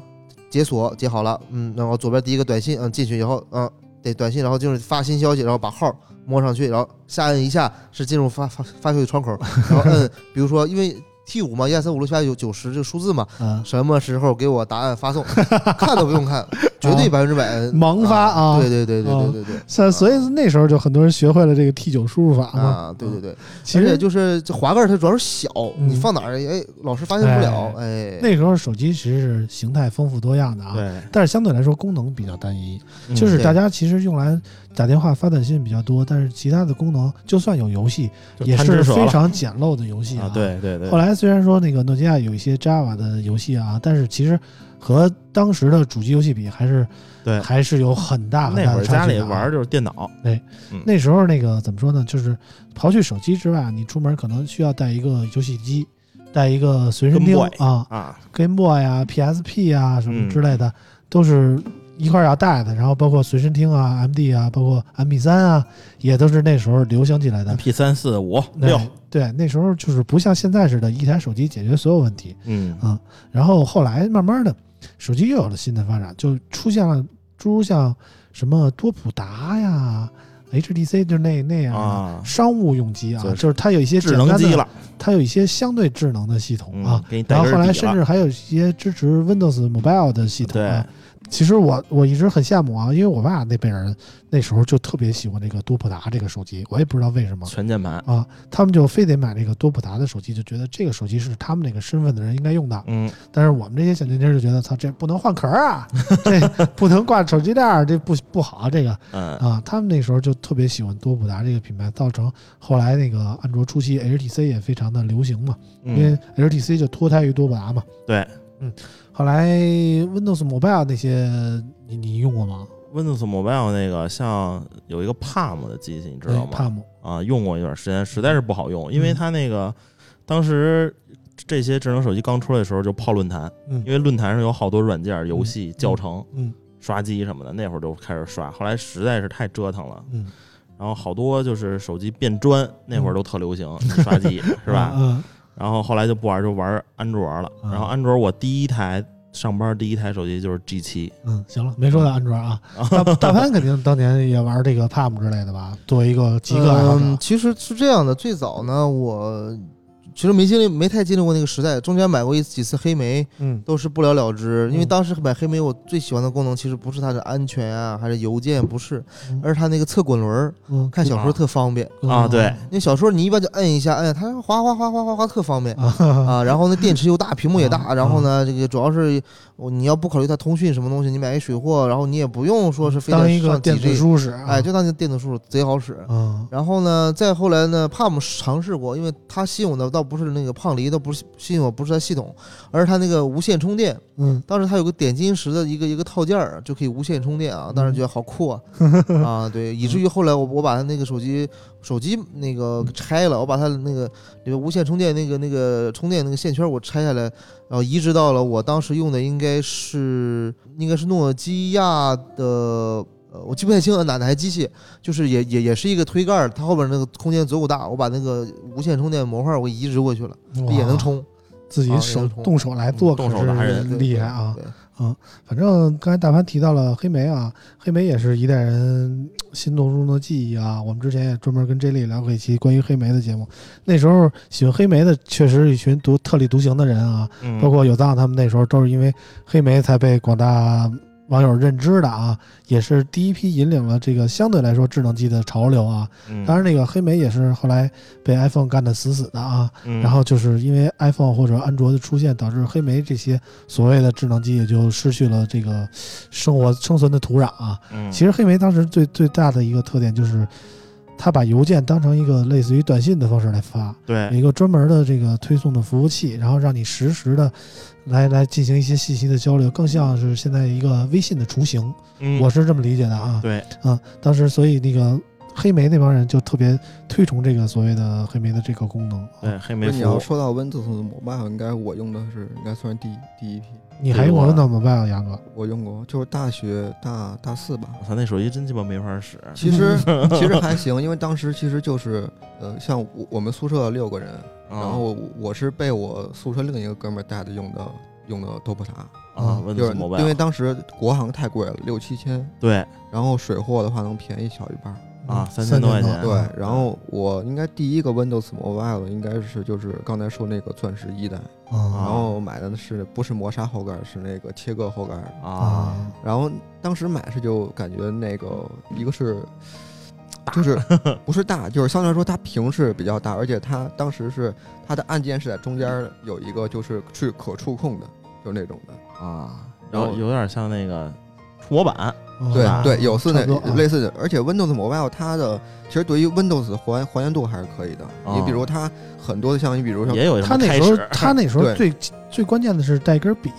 Speaker 3: 解锁解好了，嗯，然后左边第一个短信，嗯，进去以后，嗯，得短信，然后就是发新消息，然后把号嗯摸上去，然后下摁一下是进入发发发消息窗口，然后摁，比如说因为 T 五嘛，一二三五六七八九九十这个数字嘛，
Speaker 2: 啊，
Speaker 3: 什么时候给我答案发送， 看都不用看，绝
Speaker 4: 啊
Speaker 3: 对百分之百
Speaker 2: 盲发啊
Speaker 3: 对对对对
Speaker 2: 啊
Speaker 3: 对对对。
Speaker 2: 所所以那时候就很多人学会了这个 T 九输入法嘛。
Speaker 3: 啊，对对对，
Speaker 2: 其
Speaker 3: 而且
Speaker 2: 实
Speaker 3: 就是这滑盖儿它主要是小，
Speaker 2: 哎嗯
Speaker 3: 你放哪儿哎，老师发现不了，哎，
Speaker 2: 那时候手机其实是形态丰富多样的啊，
Speaker 4: 对，
Speaker 2: 但是相对来说功能比较单一，
Speaker 4: 嗯
Speaker 2: 就是
Speaker 3: 对
Speaker 2: 大家其实用来打电话、发短信比较多，但是其他的功能就算有游戏，
Speaker 4: 就
Speaker 2: 也
Speaker 4: 贪吃
Speaker 2: 是
Speaker 4: 蛇
Speaker 2: 非
Speaker 4: 了
Speaker 2: 常简陋的游戏
Speaker 4: 啊，对对对
Speaker 2: 后，来虽然说那个诺基亚有一些 Java 的游戏啊，但是其实和当时的主机游戏比，还是
Speaker 4: 对
Speaker 2: 还是有很大很
Speaker 4: 那
Speaker 2: 大
Speaker 4: 会
Speaker 2: 的
Speaker 4: 儿
Speaker 2: 差
Speaker 4: 家
Speaker 2: 距
Speaker 4: 里
Speaker 2: 的啊
Speaker 4: 玩儿就是电脑，嗯
Speaker 2: 那时候那个怎么说呢？就是刨去手机之外，你出门可能需要带一个游戏机，带一个随身听
Speaker 4: Game Boy
Speaker 2: 啊
Speaker 4: 啊，
Speaker 2: ，Game Boy 啊、PSP 啊什么
Speaker 4: 嗯
Speaker 2: 之类的，都是一块儿要带的。然后包括随身听啊、MD 啊，包括 MP 三啊，也都是那时候流行起来的。
Speaker 4: P 三四五
Speaker 2: 那
Speaker 4: 六，
Speaker 2: 对，那时候就是不像现在似的，一台手机解决所有问题。
Speaker 4: 嗯
Speaker 2: 啊然后后来慢慢的，手机又有了新的发展，就出现了诸如像什么多普达呀、HTC 就那那样的
Speaker 4: 啊
Speaker 2: 商务用机啊，
Speaker 4: 就是
Speaker 2: 就是它有一些
Speaker 4: 智能
Speaker 2: 简单
Speaker 4: 机
Speaker 2: 的
Speaker 4: 了，
Speaker 2: 它有一些相对智能的系统啊
Speaker 4: 嗯，。给你带
Speaker 2: 然后
Speaker 4: 根
Speaker 2: 后
Speaker 4: 儿
Speaker 2: 来
Speaker 4: 底
Speaker 2: 甚
Speaker 4: 了
Speaker 2: 至还有一些支持 Windows Mobile 的系统、
Speaker 4: 对
Speaker 2: 啊。其实我我一直很羡慕啊，因为我爸那辈人那时候就特别喜欢这个多普达这个手机，我也不知道为什么。
Speaker 4: 全键盘，
Speaker 2: 啊，他们就非得买这个多普达的手机，就觉得这个手机是他们那个身份的人应该用的。
Speaker 4: 嗯，
Speaker 2: 但是我们这些小年轻儿就觉得，操，这不能换壳儿 啊，这不能挂手机链儿，这不不好啊，这个
Speaker 4: 嗯，
Speaker 2: 啊，他们那时候就特别喜欢多普达这个品牌，造成后来那个安卓初期 HTC 也非常的流行嘛，因
Speaker 4: 嗯
Speaker 2: 为 HTC 就脱胎于多普达嘛。
Speaker 4: 对，
Speaker 2: 嗯，后来 Windows Mobile 那些你你用过吗？
Speaker 4: Windows Mobile 那个像有一个 Palm 的机器，你知道吗？
Speaker 2: 哎？Palm 嗯
Speaker 4: 啊，用过一段时间，实在是不好用，因为它那个当时这些智能手机刚出来的时候就泡论坛，
Speaker 2: 嗯
Speaker 4: 因为论坛上有好多软件、游戏、教程、
Speaker 2: 嗯
Speaker 4: 刷机什么的，那会儿就开始刷，后来实在是太折腾了，
Speaker 2: 嗯，
Speaker 4: 然后好多就是手机变砖，那会儿都特流行，刷 机是吧？
Speaker 2: 嗯
Speaker 4: 然后后来就不玩，就玩安卓了。
Speaker 2: 嗯
Speaker 4: 然后安卓我第一台上班第一台手机就是 G 七，
Speaker 2: 嗯，行了，没说到安卓 啊，大大潘肯定当年也玩这个 Palm 之类的吧，作为一个极客爱好者
Speaker 3: 嗯，其实是这样的，最早呢，我其实没经历，没太经历过那个时代，中间买过一几次黑莓，
Speaker 2: 嗯
Speaker 3: 都是不了了之。因为
Speaker 2: 嗯
Speaker 3: 当时买黑莓，我最喜欢的功能其实不是它的安全啊，还是邮件，不是
Speaker 2: 嗯，
Speaker 3: 而是它那个侧滚轮儿，
Speaker 2: 嗯
Speaker 3: 看小说特方便。
Speaker 4: 啊
Speaker 2: 哦
Speaker 4: 对
Speaker 3: 因为小说你一般就摁一下，摁它哗哗哗哗哗哗特方便。
Speaker 2: 啊
Speaker 3: 啊，然后呢，电池又大，屏幕也
Speaker 2: 啊
Speaker 3: 大，然后呢，这个主要是我你要不考虑它通讯什么东西，你买一水货，然后你也不用说是非
Speaker 2: 当
Speaker 3: 得
Speaker 2: 一个
Speaker 3: 上
Speaker 2: 电
Speaker 3: 几
Speaker 2: 子
Speaker 3: G，
Speaker 2: 书使啊，
Speaker 3: 哎，就当那电子书贼好使。
Speaker 2: 嗯
Speaker 3: 然后呢，再后来呢，Palm 尝试过，因为它吸引我的倒不是那个胖梨，倒不是吸引我不是它系统，而是它那个无线充电。
Speaker 2: 嗯
Speaker 3: 当时它有个点金石的一个一个套件儿，就可以无线充电啊，当时觉得好酷啊
Speaker 2: 嗯
Speaker 3: 啊，对，以至于后来我我把它那个手机手机那个拆了，我把它那个里面无线充电那个那个充电那个线圈我拆下来，然后移植到了我当时用的应该是应该是诺基亚的。呃，我记不太清了哪台机器，就是也也也是一个推盖儿，它后边那个空间足够大，我把那个无线充电模块儿我移植过去了，也能，充。
Speaker 2: 哇自己
Speaker 3: 嗯啊也
Speaker 2: 手
Speaker 3: 能充
Speaker 2: 动手来做，
Speaker 4: 动手达人
Speaker 3: 对
Speaker 2: 厉害啊！
Speaker 3: 对
Speaker 2: 反正刚才大潘提到了黑莓啊，黑莓也是一代人心动中的记忆啊。我们之前也专门跟 J 莉聊过一期关于黑莓的节目，那时候喜欢黑莓的确实是一群独特立独行的人啊，
Speaker 4: 嗯
Speaker 2: 包括有藏他们那时候都是因为黑莓才被广大网友认知的啊，也是第一批引领了这个相对来说智能机的潮流啊。
Speaker 4: 嗯
Speaker 2: 当然，那个黑莓也是后来被 iPhone 干得死死的啊。
Speaker 4: 嗯
Speaker 2: 然后就是因为 iPhone 或者安卓的出现，导致黑莓这些所谓的智能机也就失去了这个生活生存的土壤啊。
Speaker 4: 嗯
Speaker 2: 其实黑莓当时最最大的一个特点就是，它把邮件当成一个类似于短信的方式来发，有
Speaker 4: 对
Speaker 2: 一个专门的这个推送的服务器，然后让你实时的来来进行一些信息的交流，更像是现在一个微信的雏形，
Speaker 4: 嗯
Speaker 2: 我是这么理解的啊。
Speaker 4: 对
Speaker 2: 啊，当时所以那个黑莓那帮人就特别推崇这个所谓的黑莓的这个功能。啊
Speaker 4: 对，黑莓
Speaker 6: 那你要
Speaker 4: 服，
Speaker 6: 说到 Windows Mobile，应该我用的是应该算是第一第一批，
Speaker 2: 你还用
Speaker 4: 对我
Speaker 2: Windows Mobile 杨哥？
Speaker 6: 我用过，就是大学大大四 吧。
Speaker 4: 我操，那手机真鸡巴没法使，
Speaker 6: 其 实其实还行，因为当时其实就是呃，像我我们宿舍六个人，
Speaker 4: 然
Speaker 6: 然后
Speaker 4: 哦
Speaker 6: 我我是被我宿舍另一个哥们儿带的用的用的多普达，
Speaker 4: 啊
Speaker 2: 嗯
Speaker 6: 就是
Speaker 4: ，Windows
Speaker 6: 因为
Speaker 4: Mobile，
Speaker 6: 当时国行太贵了，六七千，
Speaker 4: 对，
Speaker 6: 然后水货的话能便宜小一半儿，
Speaker 4: 啊，
Speaker 2: 嗯三
Speaker 4: 千多块
Speaker 2: 千多
Speaker 4: 钱。
Speaker 6: 对，然后我应该第一个 Windows Mobile 应该是就是刚才说那个钻石一代，然
Speaker 2: 啊
Speaker 6: 后买的是不是磨砂后盖，是那个切割后盖。
Speaker 4: 啊，
Speaker 6: 然后当时买是就感觉那个一个是，就是 不是大，就是相对来说它屏是比较大，而且它当时是它的按键是在中间有一个就是是可触控的，就那种的。
Speaker 4: 啊，
Speaker 6: 然后
Speaker 4: 有有点像那个触摸板，
Speaker 2: 嗯
Speaker 6: 对
Speaker 4: 吧
Speaker 6: 对，有似那
Speaker 2: 差不多啊
Speaker 6: 类似的，而且 Windows Mobile 它的其实对于 Windows 的还还原度还是可以的。
Speaker 4: 哦
Speaker 2: 啊
Speaker 6: 你比如它很多的像你比如像
Speaker 4: 也有什
Speaker 2: 他那
Speaker 4: 么开
Speaker 2: 时候
Speaker 4: 始，
Speaker 2: 他那时候
Speaker 6: 对
Speaker 2: 最最关键的是带根 笔，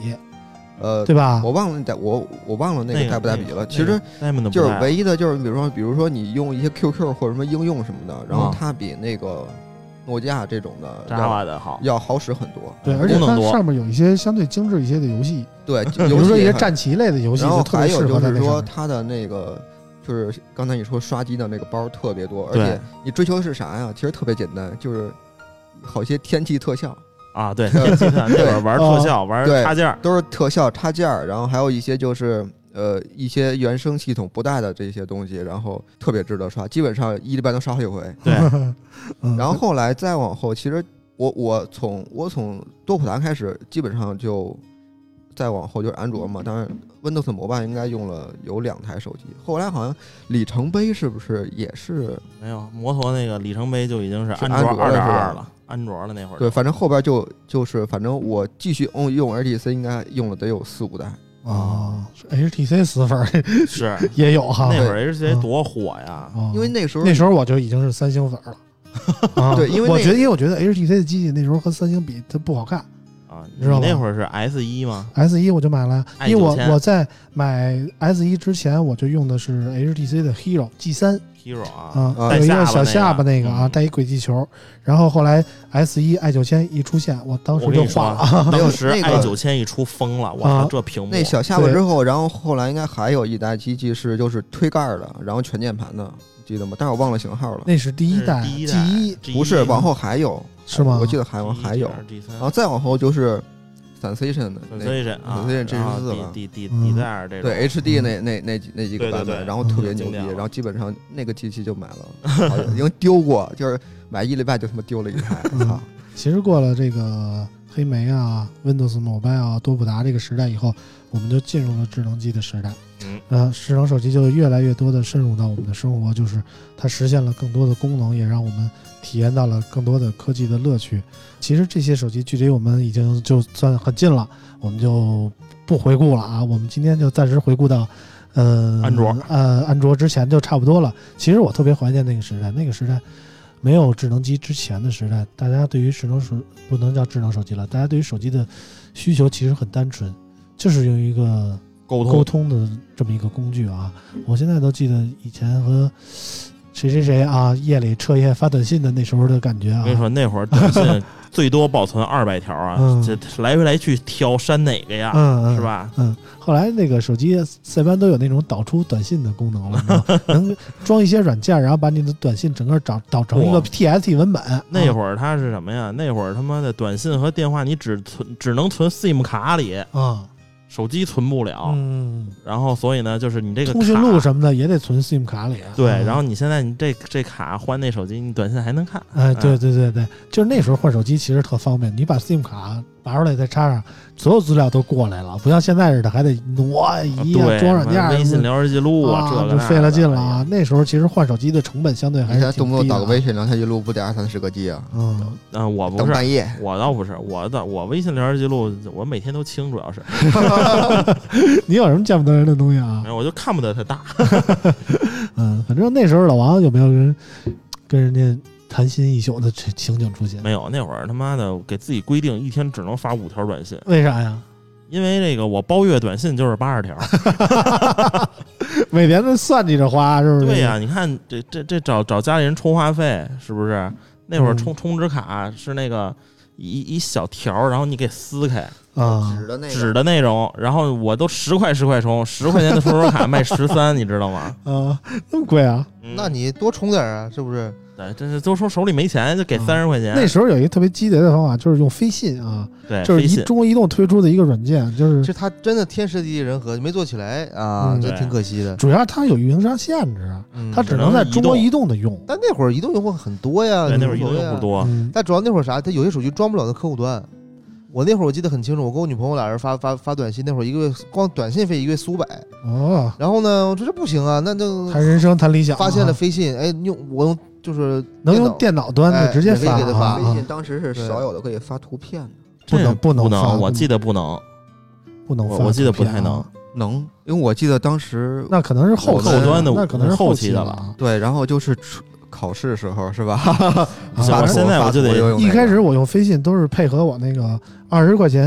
Speaker 6: 呃，
Speaker 2: 对啊吧
Speaker 6: 我？忘了带我我忘了那
Speaker 4: 那
Speaker 6: 个
Speaker 4: 个
Speaker 6: 带不带
Speaker 4: 那个
Speaker 6: 笔了。其实
Speaker 4: 那个 Diamond
Speaker 6: 就是
Speaker 4: 不带
Speaker 6: 唯一的就是比如说比如说你用一些 QQ 或者什么应用什么的，然后
Speaker 4: 啊
Speaker 6: 它比那个诺基亚这种的要
Speaker 4: Java 的好，
Speaker 6: 要好使很多。
Speaker 2: 对，
Speaker 4: 嗯
Speaker 2: 而且
Speaker 4: 功
Speaker 2: 它
Speaker 4: 能多
Speaker 2: 上面有一些相对精致一些的游戏，
Speaker 6: 对，
Speaker 2: 比
Speaker 6: 尤
Speaker 2: 如
Speaker 6: 其
Speaker 2: 说一些
Speaker 6: 很
Speaker 2: 战棋类的游戏，
Speaker 6: 然后
Speaker 2: 就特
Speaker 6: 还
Speaker 2: 别
Speaker 6: 有
Speaker 2: 适
Speaker 6: 就
Speaker 2: 合在
Speaker 6: 是
Speaker 2: 那上
Speaker 6: 说
Speaker 2: 面。
Speaker 6: 它的那个。就是刚才你说刷机的那个包特别多，而
Speaker 4: 对
Speaker 6: 且你追求的是啥呀？其实特别简单，就是好些天气特效，
Speaker 4: 啊，对，
Speaker 6: 对
Speaker 4: 电计算那会儿玩
Speaker 2: 哦
Speaker 4: 特效，玩
Speaker 6: 对
Speaker 4: 插件儿
Speaker 6: 都是特效插件儿，然后还有一些就是呃一些原生系统不带的这些东西，然后特别值得刷，基本上一礼拜能刷好几回。
Speaker 4: 对
Speaker 2: 嗯
Speaker 6: 然后后来再往后，其实我我从我从多普达开始，基本上就再往后就是安卓嘛，当然 Windows 模板应该用了有两台手机。后来好像里程碑是不是也是
Speaker 4: 没有摩托那个里程碑就已经是
Speaker 6: 是
Speaker 4: 安
Speaker 6: 安
Speaker 4: 卓
Speaker 6: 卓
Speaker 4: 二
Speaker 6: 了
Speaker 4: 点
Speaker 6: 是
Speaker 4: 二
Speaker 6: 吧
Speaker 4: 了，安卓了那会儿
Speaker 6: 对，反正后边就就是反正我继续用用 HTC 应该用了得有四五代。
Speaker 2: 啊，HTC 死粉儿
Speaker 4: 是
Speaker 6: 啊
Speaker 2: 也有哈
Speaker 4: 那，会儿 HTC
Speaker 2: 啊
Speaker 4: 多火呀，
Speaker 2: 啊
Speaker 6: 因为那时候
Speaker 2: 那时候我就已经是三星粉儿 了。啊
Speaker 6: 对因为
Speaker 2: 我
Speaker 6: 那
Speaker 2: 觉得，因为我觉得 HTC 的机器那时候和三星比它不好看。
Speaker 4: 啊，
Speaker 2: 知道
Speaker 4: 你那
Speaker 2: 吧
Speaker 4: 会儿是 S 一吗？
Speaker 2: S E 一我就买了，
Speaker 4: i
Speaker 2: 因为我
Speaker 4: 9000
Speaker 2: 我在买 S 一之前我就用的是 HTC 的 Hero G 三
Speaker 4: Hero
Speaker 2: 啊，
Speaker 4: 啊
Speaker 6: 啊
Speaker 2: 有一
Speaker 4: 带
Speaker 2: 个
Speaker 4: 下巴
Speaker 2: 小下巴
Speaker 4: 那
Speaker 2: 那
Speaker 4: 个
Speaker 2: 个啊，
Speaker 4: 嗯
Speaker 2: 带一轨迹球。然后后来 S 一 i 九千一出现，我当时
Speaker 4: 我跟
Speaker 2: 就
Speaker 4: 你说
Speaker 2: 化了。
Speaker 4: 啊，
Speaker 6: 没有
Speaker 4: 当时
Speaker 6: 那
Speaker 4: i
Speaker 6: 个
Speaker 4: 九千一出疯了，我
Speaker 2: 啊
Speaker 4: 操，这屏幕
Speaker 6: 那小下巴
Speaker 2: 对
Speaker 6: 之后，然后后来应该还有一代机器是就是推盖儿的，然后全键盘的，记得吗？但是我忘了型号了。
Speaker 2: 那是第一代 G
Speaker 4: 第一代
Speaker 2: 一
Speaker 4: G
Speaker 6: 不是，往后还有，
Speaker 2: 是吗
Speaker 6: 我？记得还往
Speaker 4: G1
Speaker 6: 还有，
Speaker 4: G 三
Speaker 6: 然后再往后就是 Sensation 的那
Speaker 4: Sensation 啊
Speaker 6: Sensation 这
Speaker 4: 然后
Speaker 6: 是四
Speaker 4: D-
Speaker 6: 吧
Speaker 4: D D
Speaker 2: 嗯
Speaker 4: D 二这种
Speaker 6: 对 HD 那那那几那几
Speaker 4: 对对
Speaker 6: 个版本，
Speaker 4: 对
Speaker 6: 然后特别牛
Speaker 4: 经
Speaker 6: 逼，
Speaker 4: 典了
Speaker 6: 然后基本上那个机器就买 了，好像已经丢过，就是买一礼拜就他妈丢了一台，
Speaker 2: 嗯
Speaker 6: 操！
Speaker 2: 其实过了这个黑莓啊、Windows Mobile 啊、多普达这个时代以后，我们就进入了智能机的时代。
Speaker 4: 嗯，
Speaker 2: 呃，智能手机就越来越多的渗入到我们的生活，就是它实现了更多的功能，也让我们体验到了更多的科技的乐趣。其实这些手机距离我们已经就算很近了，我们就不回顾了啊。我们今天就暂时回顾到，呃，
Speaker 4: 安卓，
Speaker 2: 呃，安卓之前就差不多了。其实我特别怀念那个时代，那个时代没有智能机之前的时代，大家对于智能手不能叫智能手机了，大家对于手机的需求其实很单纯，就是用一个
Speaker 4: 沟
Speaker 2: 沟通
Speaker 4: 通
Speaker 2: 的这么一个工具啊。我现在都记得以前和谁谁谁啊，夜里彻夜发短信的那时候的感觉啊
Speaker 4: 我跟。你说，那会儿短信最多保存二百条啊
Speaker 2: 嗯，
Speaker 4: 这来回来去挑删哪个呀，
Speaker 2: 嗯嗯，
Speaker 4: 是？吧？
Speaker 2: 嗯，后来那个手机塞班都有那种导出短信的功 能了，你知道吗能装一些软件，然后把你的短信整个导导成一个
Speaker 4: 哇
Speaker 2: TXT 文本。
Speaker 4: 那
Speaker 2: 儿
Speaker 4: 会儿它是什么呀？那会儿他妈的短信和电话你只存只能存 SIM 卡里，
Speaker 2: 啊，
Speaker 4: 手机存不了。
Speaker 2: 嗯，
Speaker 4: 然后所以呢，就是你这啊个
Speaker 2: 通讯录
Speaker 4: 卡
Speaker 2: 什么的也得存 SIM 卡里。
Speaker 4: 对，
Speaker 2: 嗯
Speaker 4: 然后你现在你这这卡换那手机，你短信还能看。
Speaker 2: 哎，对对对对，就是那时候换手机其实特方便，你把 SIM 卡拔出来再插上，所有资料都过来了，不像现在似的还得挪
Speaker 4: 啊
Speaker 2: 移啊、
Speaker 4: 对，
Speaker 2: 装软件啊、
Speaker 4: 微信聊天记录
Speaker 2: 啊，
Speaker 4: 这个
Speaker 2: 就
Speaker 4: 那
Speaker 2: 费
Speaker 4: 的
Speaker 2: 了劲了
Speaker 4: 哎
Speaker 2: 啊
Speaker 4: 呀！
Speaker 2: 那时候其实换手机的成本相对还
Speaker 6: 你
Speaker 2: 是
Speaker 6: 现在
Speaker 2: 挺
Speaker 6: 动不
Speaker 2: 低
Speaker 6: 动
Speaker 2: 的啊
Speaker 6: 打个微信聊天记录不得二三十个 G 啊？
Speaker 2: 嗯，
Speaker 4: 嗯，我不
Speaker 6: 等
Speaker 4: 是，
Speaker 6: 半夜，
Speaker 4: 我倒不是，我的我微信聊天记录我每天都清，主要
Speaker 2: 啊
Speaker 4: 是
Speaker 2: 你有什么见不得人的东西啊
Speaker 4: 没？有我就看不得它大。
Speaker 2: 嗯，反正那时候老王有没有人跟人家谈心一宿的这情景出现？
Speaker 4: 没有，那会儿他妈的给自己规定一天只能发五条短信，
Speaker 2: 为啥呀？
Speaker 4: 因为这个我包月短信就是八十 条。
Speaker 2: 每年都算计着花，是不是？
Speaker 4: 对呀、你看这这这找找家里人充话费是不是？那会儿
Speaker 2: 嗯
Speaker 4: 充充值卡是那个一一小条儿，然后你给撕开
Speaker 2: 啊，
Speaker 6: 的那
Speaker 4: 纸的那种，然后我都十块十块充，十块钱的充值卡卖十三，你知道吗？
Speaker 2: 啊，那么贵啊？
Speaker 4: 嗯
Speaker 6: 那你多充点儿啊，是不是？
Speaker 4: 对，真是都说手里没钱就给三十块钱，
Speaker 2: 那时候有一个特别鸡贼的方法，就是用飞信啊，
Speaker 4: 对，
Speaker 2: 嗯就是
Speaker 4: 哎飞
Speaker 2: 移
Speaker 4: 信
Speaker 2: 中国移动推出的一个软件，就是
Speaker 3: 其实他真的天时地利人和，没做起来啊
Speaker 2: 嗯，
Speaker 3: 这
Speaker 4: 嗯对
Speaker 3: 挺可惜的。
Speaker 2: 主要它有运营商限制啊，
Speaker 3: 嗯
Speaker 2: 它只能在中国移动的用。
Speaker 3: 但那会儿移动用户很多呀，
Speaker 4: 对，那会儿移
Speaker 3: 无所
Speaker 4: 动
Speaker 3: 谓
Speaker 4: 用户
Speaker 3: 啊
Speaker 4: 多，
Speaker 2: 嗯，
Speaker 3: 但主要那会儿啥，他有些手机装不了那客户端。我那会儿我记得很清楚，我跟我女朋友俩人发发发短信，那会儿一个月光短信费一个月四五百，
Speaker 2: 哦，
Speaker 3: 然后呢，我说这不行啊，那就
Speaker 2: 谈人生谈理想啊，
Speaker 3: 发现了飞信，哎，用我用就是
Speaker 2: 能
Speaker 3: 电
Speaker 2: 用
Speaker 3: 脑
Speaker 2: 电脑端的
Speaker 3: 哎
Speaker 2: 直接
Speaker 3: 免费
Speaker 2: 发
Speaker 3: 给他
Speaker 2: 啊
Speaker 3: 发
Speaker 2: 啊
Speaker 6: 微信当时是少有的可以发图片的，
Speaker 2: 不能
Speaker 4: 这
Speaker 2: 不能
Speaker 4: 不
Speaker 2: 发
Speaker 4: 能，
Speaker 2: 不
Speaker 4: 我记得不能，
Speaker 2: 不能
Speaker 4: 我
Speaker 2: 发
Speaker 4: 我记得
Speaker 2: 图
Speaker 4: 不
Speaker 2: 片
Speaker 4: 太
Speaker 2: 啊
Speaker 4: 能，
Speaker 6: 能，因为我记得当时
Speaker 2: 那可能是后
Speaker 6: 后端
Speaker 4: 的
Speaker 2: 那可能是
Speaker 4: 后期
Speaker 2: 期
Speaker 4: 的
Speaker 2: 了
Speaker 4: 了
Speaker 2: 啊。
Speaker 6: 对，然后就是出考试时候 是吧？
Speaker 2: 啊
Speaker 4: 像
Speaker 6: 发
Speaker 4: 我
Speaker 6: 图
Speaker 4: 现在我就得
Speaker 6: 发图用那
Speaker 2: 一
Speaker 6: 个
Speaker 2: 开始我用飞信都是配合我那个二十块钱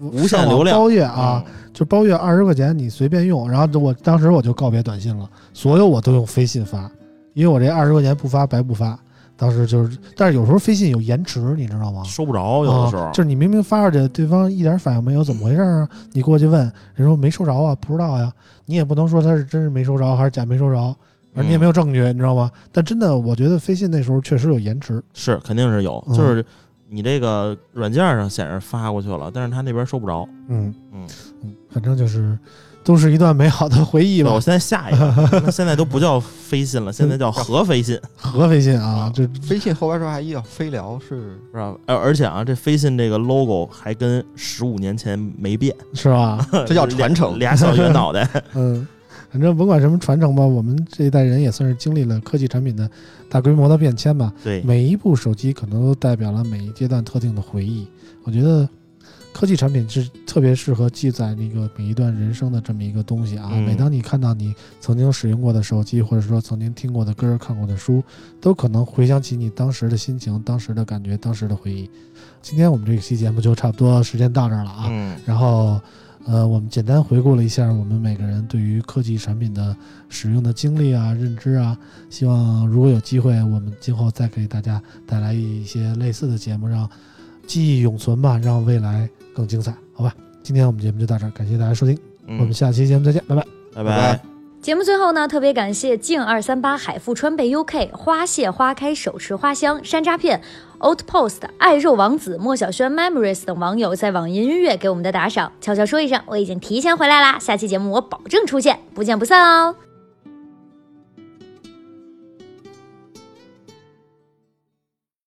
Speaker 4: 无
Speaker 2: 上
Speaker 4: 限
Speaker 2: 网
Speaker 4: 流量
Speaker 2: 包月啊，，
Speaker 4: 嗯
Speaker 2: 就包月二十块钱你随便用。然后我当时我就告别短信了，所有我都用飞信发，因为我这二十块钱不发白不发。当时就是，但是有时候飞信有延迟，你知道吗？
Speaker 4: 收不着，有的时
Speaker 2: 啊
Speaker 4: 候
Speaker 2: 就是你明明发出去，对方一点反应没有，怎么回事啊？你过去问，人说没收着啊，不知道呀、你也不能说他是真是没收着还是假没收着，而你也没有证据，你知道吗？但真的，我觉得飞信那时候确实有延迟，
Speaker 4: 是肯定是有，
Speaker 2: 嗯
Speaker 4: 就是你这个软件上显示发过去了，但是他那边收不着。
Speaker 2: 嗯
Speaker 4: 嗯，
Speaker 2: 嗯，反正就是都是一段美好的回忆
Speaker 4: 对，
Speaker 2: 吧
Speaker 4: 我。现在下一个，那现在都不叫飞信了，现在叫核飞信，
Speaker 2: 核飞信啊，这
Speaker 6: 微信后边说还要飞聊 是
Speaker 4: 是吧？而而且啊，这飞信这个 logo 还跟十五年前没变，
Speaker 2: 是吧？
Speaker 6: 这叫传承。
Speaker 4: 俩小圆脑袋。
Speaker 2: 嗯，反正甭管什么传承吧，我们这一代人也算是经历了科技产品的大规模的变迁吧。
Speaker 4: 对，
Speaker 2: 每一部手机可能都代表了每一阶段特定的回忆。我觉得科技产品是特别适合记载那个每一段人生的这么一个东西啊。
Speaker 4: 嗯
Speaker 2: 每当你看到你曾经使用过的手机，或者说曾经听过的歌、看过的书，都可能回想起你当时的心情、当时的感觉、当时的回忆。今天我们这期节目就差不多时间到这儿了啊。
Speaker 4: 嗯，
Speaker 2: 然后，呃，我们简单回顾了一下我们每个人对于科技产品的使用的经历啊、认知啊。希望如果有机会，我们今后再给大家带来一些类似的节目，让记忆永存吧，让未来更精彩，好吧？今天我们节目就到这儿，感谢大家收听，
Speaker 4: 嗯
Speaker 2: 我们下期节目再见，拜拜。
Speaker 4: 拜
Speaker 6: 拜
Speaker 4: 拜
Speaker 6: 拜。
Speaker 7: 节目最后呢，特别感谢静二三八海富川贝 UK 花谢花开手持花香山楂片 Old Post 爱肉王子莫小轩 Memories 等网友在网易音乐给我们的打赏。悄悄说一声，我已经提前回来啦，下期节目我保证出现，不见不散哦。